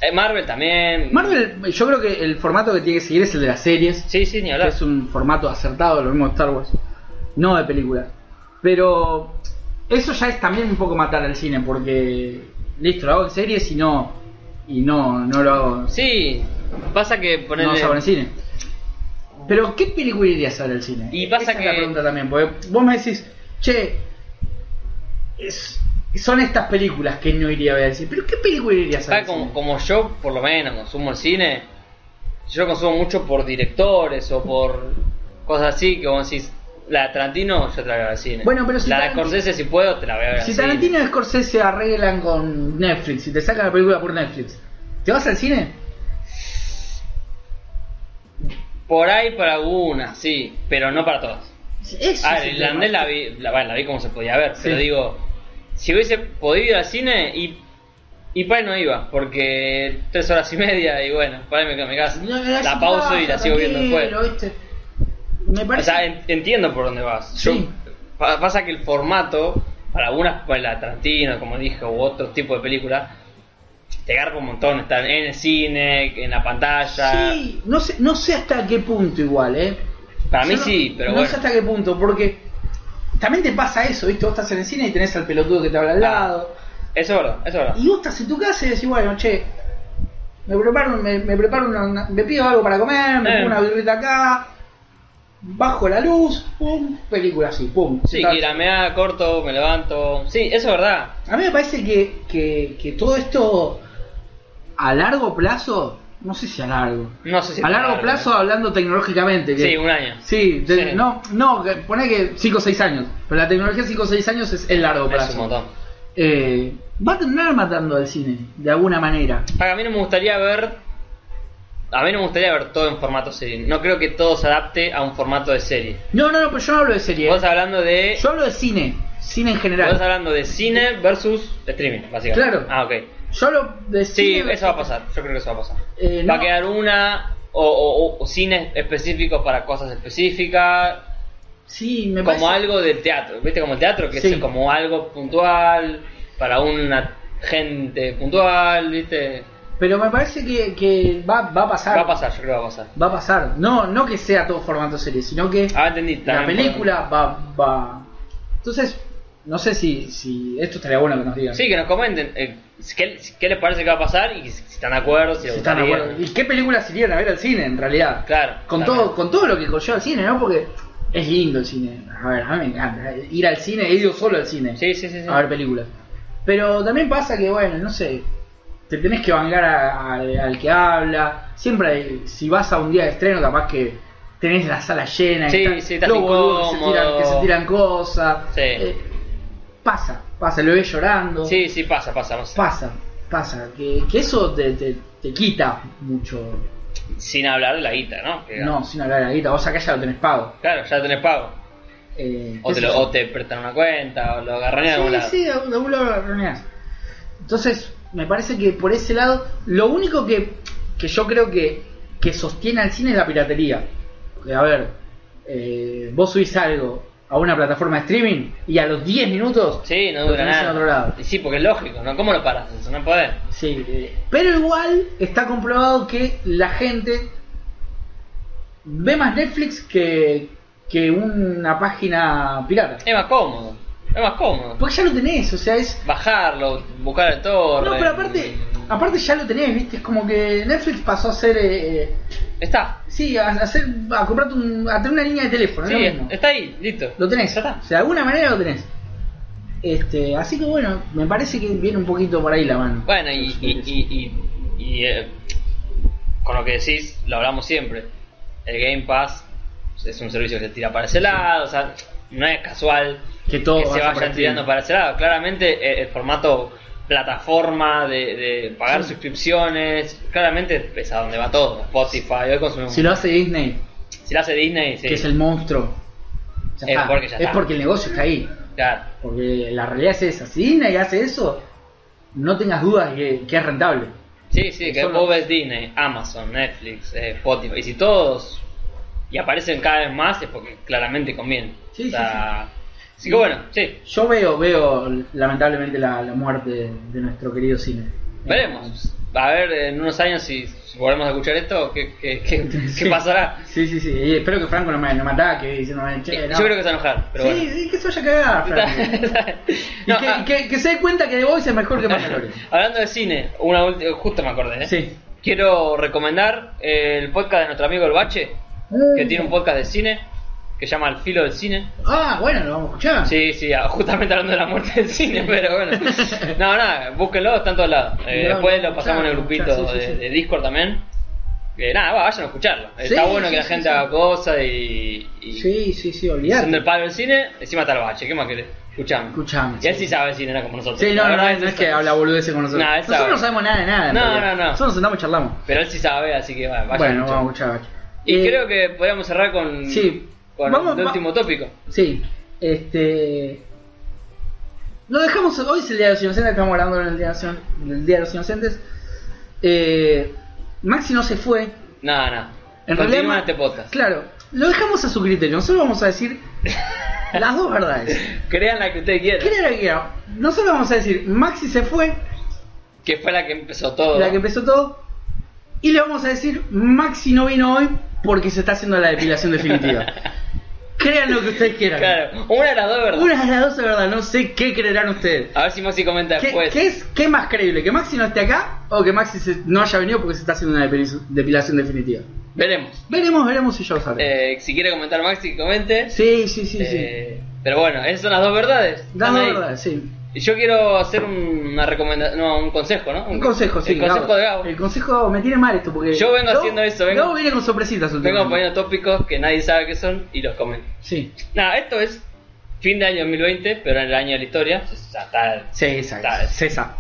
Eh, Marvel también.
Marvel, yo creo que el formato que tiene que seguir es el de las series.
Sí, sí, ni
que
hablar.
es un formato acertado, lo mismo de Star Wars. No de películas. Pero eso ya es también un poco matar al cine, porque listo, lo hago en series y no, y no, no lo hago
Sí, pasa que
no
ponerle
vas a ver en cine. Pero, ¿qué película irías a ver al cine?
Y pasa
Esa es la
que-
pregunta también, porque vos me decís, che, es- son estas películas que no iría a ver al cine. Pero, ¿qué película irías a ver
Acá
al
como,
cine?
como yo, por lo menos, consumo el cine, yo consumo mucho por directores o por cosas así, que vos decís, la de Tarantino yo te la veo al cine.
Bueno, pero si
La de
Tarantino-
Scorsese, si puedo, te la voy a ver al
Si
cine.
Tarantino y Scorsese se arreglan con Netflix y te sacan la película por Netflix, ¿te vas al cine?
Por ahí para algunas, sí, pero no para todos.
Eso
A ver, Ah,
es el
el irlandés
tema.
la vi, la, bueno, la vi como se podía ver,
Sí.
pero digo, si hubiese podido ir al cine y... Y para ahí no iba, porque tres horas y media, y bueno, para ahí me, me casa.
No, me
la
das
pauso
un
y la
paso,
sigo viendo después.
tranquilo, ¿viste? Me parece.
O sea, en- entiendo por dónde vas. Yo-
Sí.
pa- pasa que el formato, para algunas, como la Tarantino, como dije, u otro tipo de película, te garpa un montón. Están en el cine, en la pantalla.
Sí, no sé, no sé hasta qué punto igual, ¿eh?
Para
Yo
mí
no-
sí, pero
no
bueno.
sé hasta qué punto, porque también te pasa eso, ¿viste? Vos estás en el cine y tenés al pelotudo que te habla al
Ah.
lado.
Eso es verdad, eso es verdad.
Y vos estás en tu casa y decís, bueno, che, me preparo, me, me preparo una, una- me pido algo para comer, me
Eh.
pongo una birrita acá, bajo la luz, pum, película así, pum.
Sí,
Estás-
que la meada, corto, me levanto. Sí, eso es verdad.
A mí me parece que, que, que todo esto a largo plazo, no sé si a largo,
No sé si.
a largo plazo eh, hablando tecnológicamente, que
Sí, un año.
Sí, de-
Sí.
no, no, que- pone que 5 o 6 años. Pero la tecnología 5 o 6 años es el largo
Es
plazo.
un montón.
Eh, va a terminar matando al cine, de alguna manera.
Ahora, A mí no me gustaría ver. A mí no me gustaría ver todo en formato serie. No creo que todo se adapte a un formato de serie.
No, no, no, pero yo no hablo de serie. eh.
Vos hablando de.
Yo hablo de cine, cine en
Estás
general.
hablando de cine versus streaming, básicamente.
Claro.
Ah, ok.
Yo hablo de
Sí,
cine.
eso va a pasar. Yo creo que eso va a pasar.
Eh,
Va a
no.
quedar una o, o- o cines específicos para cosas específicas,
Sí, me
como
parece.
algo del teatro. ¿Viste? Como el teatro, que
Sí.
es como algo puntual, para una gente puntual, ¿viste?
Pero me parece que, que va, va a pasar.
Va a pasar, yo creo que va a pasar.
Va a pasar. No, no que sea todo formato serie, sino que
Ah, entendí.
la
también por-
película va, va. Entonces, no sé si, si esto estaría bueno que nos digan.
Sí, que nos comenten eh, qué, qué les parece que va a pasar y si están de acuerdo, si, les
Si están de
gustaría.
acuerdo. ¿Y qué películas irían a ver al cine en realidad?
Claro.
Con
también.
todo, con todo lo que conlleva el cine, ¿no? Porque es lindo el cine. A ver, a mí me encanta. Ir al cine, he ido solo al cine
Sí, sí, sí. sí.
a ver películas. Pero también pasa que, bueno, no sé, te tenés que bancar a- a- al que habla. Siempre, hay- si vas a un día de estreno, capaz que tenés la sala llena.
Sí,
están
sí, estás
los boludos que se,
incómodo.
tiran, que se tiran cosas. Eh,
Sí.
pasa, pasa, lo ves llorando
Sí, sí, pasa, pasa. no sé.
pasa, pasa, que, que eso te, te, te quita mucho.
Sin hablar de la guita, ¿no? Que-
No, sin hablar de la guita, vos acá ya lo tenés pago.
Claro, ya tenés pago.
Eh,
O
qué
te,
sé
lo,
yo.
o te prestan una cuenta, o lo agarran en algún
Sí,
lado.
sí, de de algún lado lo arruinás. Entonces, me parece que por ese lado, lo único que que yo creo que, que sostiene al cine es la piratería. Porque, a ver, eh, vos subís algo a una plataforma de streaming y a los 10 minutos
Sí, no
lo
dura
tenés en
nada.
otro lado.
Y sí, porque es lógico, ¿no? ¿Cómo lo paras eso? No podés.
Sí, eh, pero igual está comprobado que la gente ve más Netflix que, que una página pirata.
Es más cómodo. Es más cómodo.
Porque ya lo tenés, o sea, es...
Bajarlo, buscar el torre.
Pues- No, pero aparte, aparte ya lo tenés, ¿viste? Es como que Netflix pasó a ser... eh, eh,
Está.
sí, a, a hacer, a comprarte un- a tener una línea de teléfono, es
Sí,
lo mismo.
está ahí, listo.
Lo tenés,
Ya está.
o sea, de alguna manera lo tenés. Este, así que bueno, me parece que viene un poquito por ahí la mano.
Bueno, y, y, y, y- y, eh, con lo que decís, lo hablamos siempre. El Game Pass es un servicio que se tira para ese lado, o sea, no es casual
que todo
que se
vaya por
vayan
streaming.
tirando para ese lado. Claramente eh, el formato plataforma de, de pagar
Sí.
suscripciones, claramente es a donde va todo. Spotify, hoy consumimos.
Si lo hace Disney,
si lo hace Disney, sí.
que es el monstruo. Ya
Es porque ya
es
está.
porque el negocio está ahí.
Claro.
Porque la realidad es esa. Si Disney hace eso, no tengas dudas que, que es rentable.
Sí, sí, que
Son
vos
los-
ves Disney, Amazon, Netflix, eh, Spotify, y si todos y aparecen cada vez más es porque claramente conviene.
Sí,
o sea, Así que bueno, sí,
Yo veo, veo lamentablemente la, la muerte de nuestro querido cine.
veremos. A ver en unos años si, si volvemos a escuchar esto, ¿qué, qué, qué- qué
Sí.
[LAUGHS] pasará? Eh,
Sí, sí, sí. Y espero que Franco no me, no me ataque diciéndome, che, no.
Yo creo que se va a enojar, pero [LAUGHS]
sí, sí, que se vaya a cagar, Franco.
bueno.
Y
No,
que,
ah,
y que- que se dé cuenta que The Voice es
[LAUGHS]
mejor que Mandalorian.
hablando de cine, una ulti- justo me acordé, ¿eh?
Sí.
Quiero recomendar el podcast de nuestro amigo El Bache, que tiene un podcast de cine, que se llama El Filo del Cine.
Ah, bueno, lo vamos a escuchar.
Sí, sí, ah, justamente hablando de la muerte del cine, pero bueno.
[LAUGHS]
No, nada, búsquenlo, está en todos lados. Eh,
Mirá,
después
lo
lo pasamos en el
escuchá,
grupito
sí, sí,
de,
sí.
de Discord también. Eh, nada, va, vayan a escucharlo. está
Sí,
bueno
sí,
que la
sí,
gente
sí.
haga cosas y. y
sí, sí, sí,
siendo el
olvidate.
padre del cine, encima está el bache, ¿qué más querés? Escuchame.
Escuchame,
Y él
sí.
sí sabe cine, no como nosotros.
Sí, no,
La
no,
verdad,
no, no es
sí
que
sabe.
habla boludeces con nosotros.
No, él
nosotros
sabe.
no sabemos nada de nada. en
No,
realidad.
no, no.
Nosotros nos andamos y charlamos.
Pero él sí sabe, así que va, vayan
Bueno,
escuchando.
vamos a escuchar. Bachi.
Y
Eh,
creo que podríamos cerrar con.
sí.
Con
Vamos,
el
va-
último tópico.
Sí, este. Lo dejamos. Hoy es el Día de los Inocentes, estamos hablando del Día de los, Ino- del Día de los Inocentes. Eh, Maxi no se fue.
Nada, nada.
En
Continúa
realidad,
este podcast.
Claro, lo dejamos a su criterio. Nosotros vamos a decir las dos verdades.
Crean la que ustedes quieran.
¿Qué era que era? Nosotros vamos a decir: Maxi se fue,
Que fue la que empezó todo.
la que empezó todo. Y le vamos a decir: Maxi no vino hoy porque se está haciendo la depilación definitiva. Crean lo que ustedes quieran.
Claro, una de las dos, ¿verdad?
Una de las dos de verdad, no sé qué creerán ustedes.
A ver si Maxi comenta
¿Qué,
después.
qué es, ¿Qué es más creíble? ¿Que Maxi no esté acá o que Maxi se- no haya venido porque se está haciendo una depil- depilación definitiva?
Veremos.
Veremos, veremos si yo lo sabré.
Eh, si quiere comentar Maxi, comente.
sí, sí, sí,
Eh, pero bueno, esas son las dos verdades.
sí. Da
Están
la
ahí.
verdad, sí.
Y yo quiero hacer una recomendación, no, un consejo, ¿no?
Un consejo, sí.
El consejo
Gabo.
de Gabo.
El consejo me tiene mal esto porque.
Yo vengo haciendo eso, vengo-
Gabo viene con sorpresitas.
Vengo
últimamente.
poniendo tópicos que nadie sabe qué son y los comento.
Sí,
Nada, esto es fin de año 2020, pero en el año de la historia. Ya está.
sí, esa.
Dale.
es esa.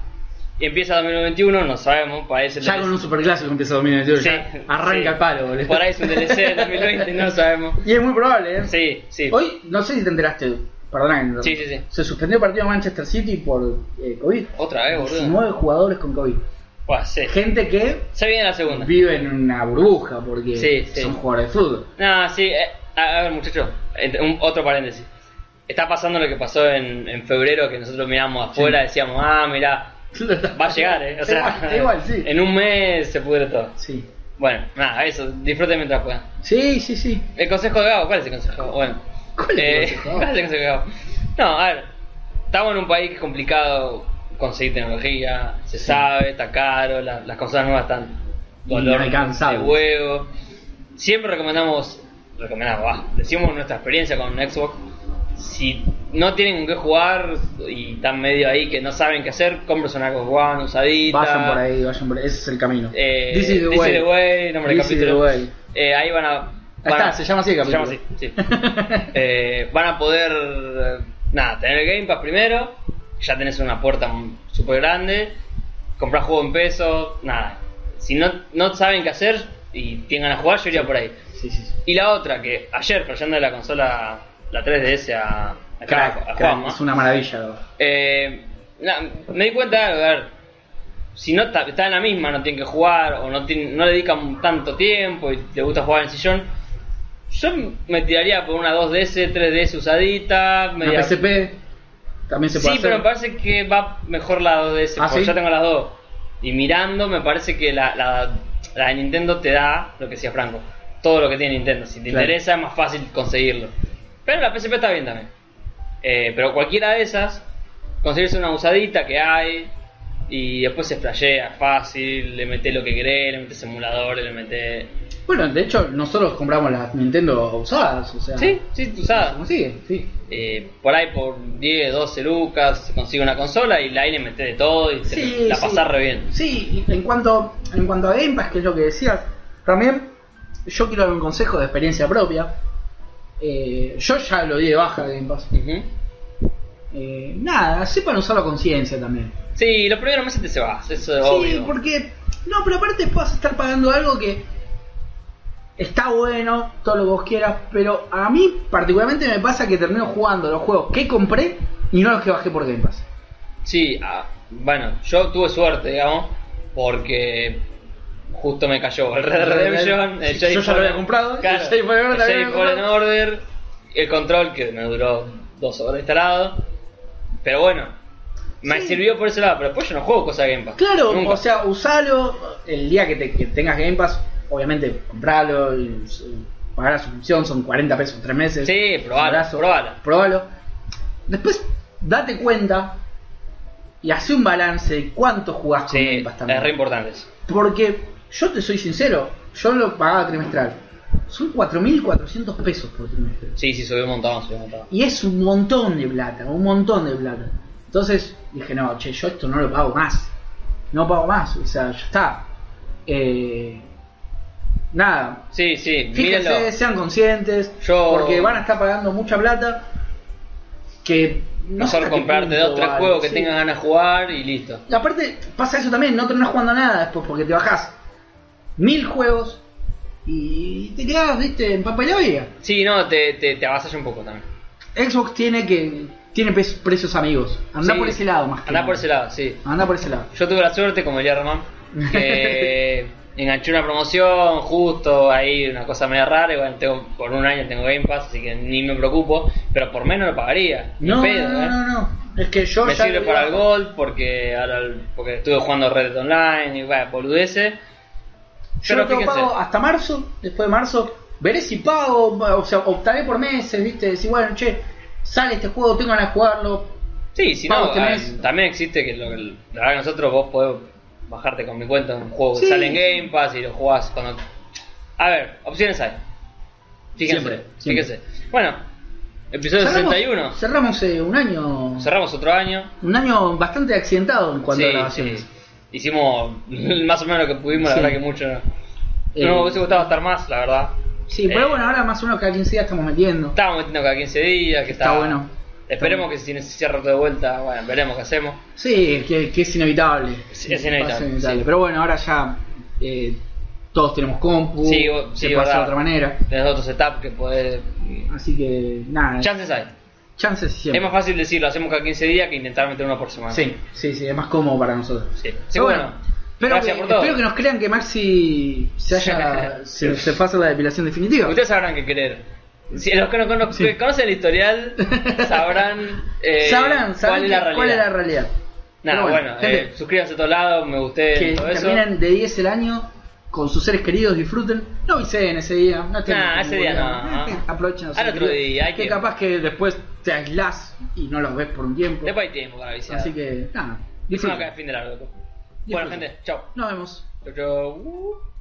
Y empieza 2021, no sabemos, parece...
Ya con un superclásico empieza 2022. ya arranca el palo, boludo.
Por ahí es un DLC de 2020, no sabemos.
[LAUGHS] Y es muy probable, ¿eh?
Sí, sí.
Hoy, no sé si te enteraste, perdona. que te
Sí,
interrumpa.
sí, sí.
Se suspendió el partido de Manchester City por eh, COVID.
Otra vez, boludo.
19 jugadores con COVID.
Buah, sí.
Gente que
Se viene la segunda.
vive en una burbuja porque
Sí, sí.
son jugadores de fútbol.
No, sí, eh, a a ver muchachos, otro paréntesis. Está pasando lo que pasó en, en febrero, que nosotros miramos afuera, decíamos, ah, mirá, va a llegar, ¿eh? O sea,
igual, igual, sí.
en un mes se pudre todo.
sí.
Bueno, nada, eso, disfruten mientras puedan.
Sí, sí, sí.
El consejo de Gabo, ¿cuál es el consejo? Bueno,
¿Cuál es el
eh,
consejo?
¿cuál es el consejo de Gabo? No, a ver, estamos en un país que es complicado conseguir tecnología, se sabe, está caro, la- las cosas nuevas están dolor de
Inalcanzables.
huevo. Siempre recomendamos, recomendamos, va, decimos nuestra experiencia con Xbox. Si no tienen con qué jugar y están medio ahí que no saben qué hacer, compren una Xbox One usadita.
Vayan por ahí, vayan por ahí. Ese es el camino.
Eh,
This is the way.
nombre del
This is the
capítulo.
way.
Eh, ahí van a.
Ahí
van
está,
a-
se llama así el capítulo.
Se llama así, sí.
[LAUGHS]
Eh, van a poder. eh, Nada, tener el Game Pass primero. Ya tenés una puerta súper grande. Comprar juego en peso. Nada. Si no, no saben qué hacer y tienen a jugar, yo iría por ahí.
Sí, sí, sí.
Y la otra, que ayer, creyendo de la consola, la 3DS a, a,
Crack,
a
crack,
Juanma,
es una maravilla. la verdad.
eh, na- me di cuenta de algo, a ver, si no ta- está en la misma, no tienen que jugar o no, tienen- no le dedican tanto tiempo y te gusta jugar en el sillón, yo me tiraría por una 2DS, 3DS usadita,
Una
media-
PSP también se
Sí,
puede
pero me
hacer.
parece que va mejor la 2DS,
¿Ah,
porque
sí?
yo tengo las dos. Y mirando, me parece que la, la, la de Nintendo te da, lo que decía Franco, todo lo que tiene Nintendo. Si te
Claro.
interesa, es más fácil conseguirlo. Pero la PSP está bien también. Eh, pero cualquiera de esas, conseguirse una usadita que hay, y después se flashea fácil, le metes lo que querés, le metes emuladores, le metes...
Bueno, de hecho, nosotros compramos las Nintendo usadas, o sea.
Sí, sí, usada.
¿Cómo sigue? Sí.
Eh, por ahí por 10, 12 lucas se consigue una consola y la ahí le metes de todo y te-
Sí,
la
sí.
pasás re bien.
Sí, y en cuanto, en cuanto a Game Pass, que es lo que decías, también yo quiero dar un consejo de experiencia propia. Eh, yo ya lo di de baja de Game Pass.
Ujú.
Eh, nada, sepan usarlo con conciencia también.
Sí, los primeros meses te se vas, eso es
Sí,
obvio.
porque. No, pero aparte puedes estar pagando algo que. Está bueno, todo lo que vos quieras, pero a mí particularmente me pasa que termino jugando los juegos que compré y no los que bajé por Game Pass.
Sí, ah, bueno, yo tuve suerte, digamos, porque justo me cayó
[LAUGHS]
el Red Dead Redemption, el
Sí,
Jedi
yo ya lo había
Fallen-
comprado,
claro,
el Jedi Fallen Order
el
también
Jedi
lo había
Fallen Order, el control que me duró dos horas instalado, pero bueno, me
Sí.
sirvió por ese lado, pero después yo no juego cosas de Game Pass.
Claro,
nunca.
o sea, usalo el día que, te- que tengas Game Pass, obviamente compralo, y, y pagar la suscripción, son 40 pesos tres meses.
Sí, probalo,
Abrazo.
probalo.
Probalo. Después, date cuenta y hace un balance de cuánto jugás con
Sí,
Game Pass también.
es re importante eso.
Porque yo te soy sincero, yo lo pagaba trimestral. Son 4.400 pesos por trimestre.
Sí, sí, subió un montón, subió un montón.
Y es un montón de plata, un montón de plata. Entonces dije, no, che, yo esto no lo pago más. No pago más, o sea, ya está. Eh, nada,
Sí, sí,
fíjense,
mírenlo.
sean conscientes,
Yo-
porque van a estar pagando mucha plata que... no sé
Mejor
hasta qué
comprarte
punto
dos, tres
vale,
juegos que
sí.
tengas ganas de jugar y listo.
Y aparte, pasa eso también, no terminás jugando a nada después porque te bajás mil juegos y te quedás, viste, en papa y la vida.
Sí, no, te, te, te avasalla un poco también.
Xbox tiene que tiene pe- precios amigos. Anda
Sí,
por ese lado más que
Andá
nada.
por ese lado, sí.
Anda por ese lado.
Yo tuve la suerte, como diría Román,
[LAUGHS]
que enganché una promoción justo, ahí una cosa media rara, y bueno, tengo, por un año tengo Game Pass, así que ni me preocupo, pero por menos lo pagaría. ni
No,
pedo,
no,
¿eh?
no, no, no. Es que yo
me
ya
sirve
lo
para el
digo.
Gold, porque ahora el- porque estuve jugando Red Dead Online y bueno, boludeces.
Yo
Pero
lo tengo
fíjense.
pago hasta marzo, después de marzo, veré si pago, o sea, optaré por meses, viste, decir, bueno, che, sale este juego, tengo ganas de jugarlo.
Sí, si
Pago
no,
este
ah,
mes.
también existe que lo, la verdad que nosotros vos podés bajarte con mi cuenta un juego que
Sí.
sale en Game Pass y lo jugás cuando... A ver, opciones hay. Fíjense,
Siempre, siempre.
fíjense. Bueno, episodio 61.
Cerramos eh, un año.
Cerramos otro año.
Un año bastante accidentado en cuanto a
Sí,
grabaciones.
sí. Hicimos [LAUGHS] más o menos lo que pudimos, la
Sí.
verdad que mucho no.
Eh,
No, me hubiese gustado estar más, la verdad.
Sí, pero
Eh,
bueno, ahora más o menos cada 15 días estamos metiendo.
Estamos metiendo cada 15 días, que está,
Está bueno.
Esperemos
Está
que si se cierra todo de vuelta, bueno, veremos qué hacemos.
Sí, que, que es inevitable.
Sí, es inevitable,
Pasa
sí.
Pero bueno, ahora ya eh, todos tenemos compu,
Sí, o-
se
sí,
puede hacer de
verdad.
otra manera.
Tenés otro setup que podés...
Así que nada,
Chances hay.
chances
Es
siempre.
más fácil decirlo, hacemos cada 15 días que intentar meter uno por semana.
Sí, sí, sí, es más cómodo para nosotros.
Sí, Sí, bueno.
pero
gracias
que-
por todo.
espero que nos crean que Maxi
[LAUGHS]
se haya se, se fue a hacer la depilación definitiva.
Ustedes sabrán qué querer. Si los que, no cono-
Sí.
que conocen el
[LAUGHS]
historial sabrán, eh,
sabrán, sabrán
cuál, es la
que-
realidad.
cuál es la realidad.
Nada,
Pero
bueno,
gente,
eh, suscríbanse a todos lados, me gusten,
que
todo eso.
terminan de 10 el año con sus seres queridos, disfruten. No en ese día, no estén
Nah,
con
ese día
ninguna-
no. ah.
Eh, Aprovechen los
Al
seres
otro
queridos,
día, hay
que
que-
capaz que después te aislás y no los ves por un tiempo.
Después hay tiempo para avisar.
Así que, nada,
Encima que
disfruten.
es fin de largo.
Disfruten.
Bueno, gente, chao.
Nos vemos.
Chau, Uh. chau.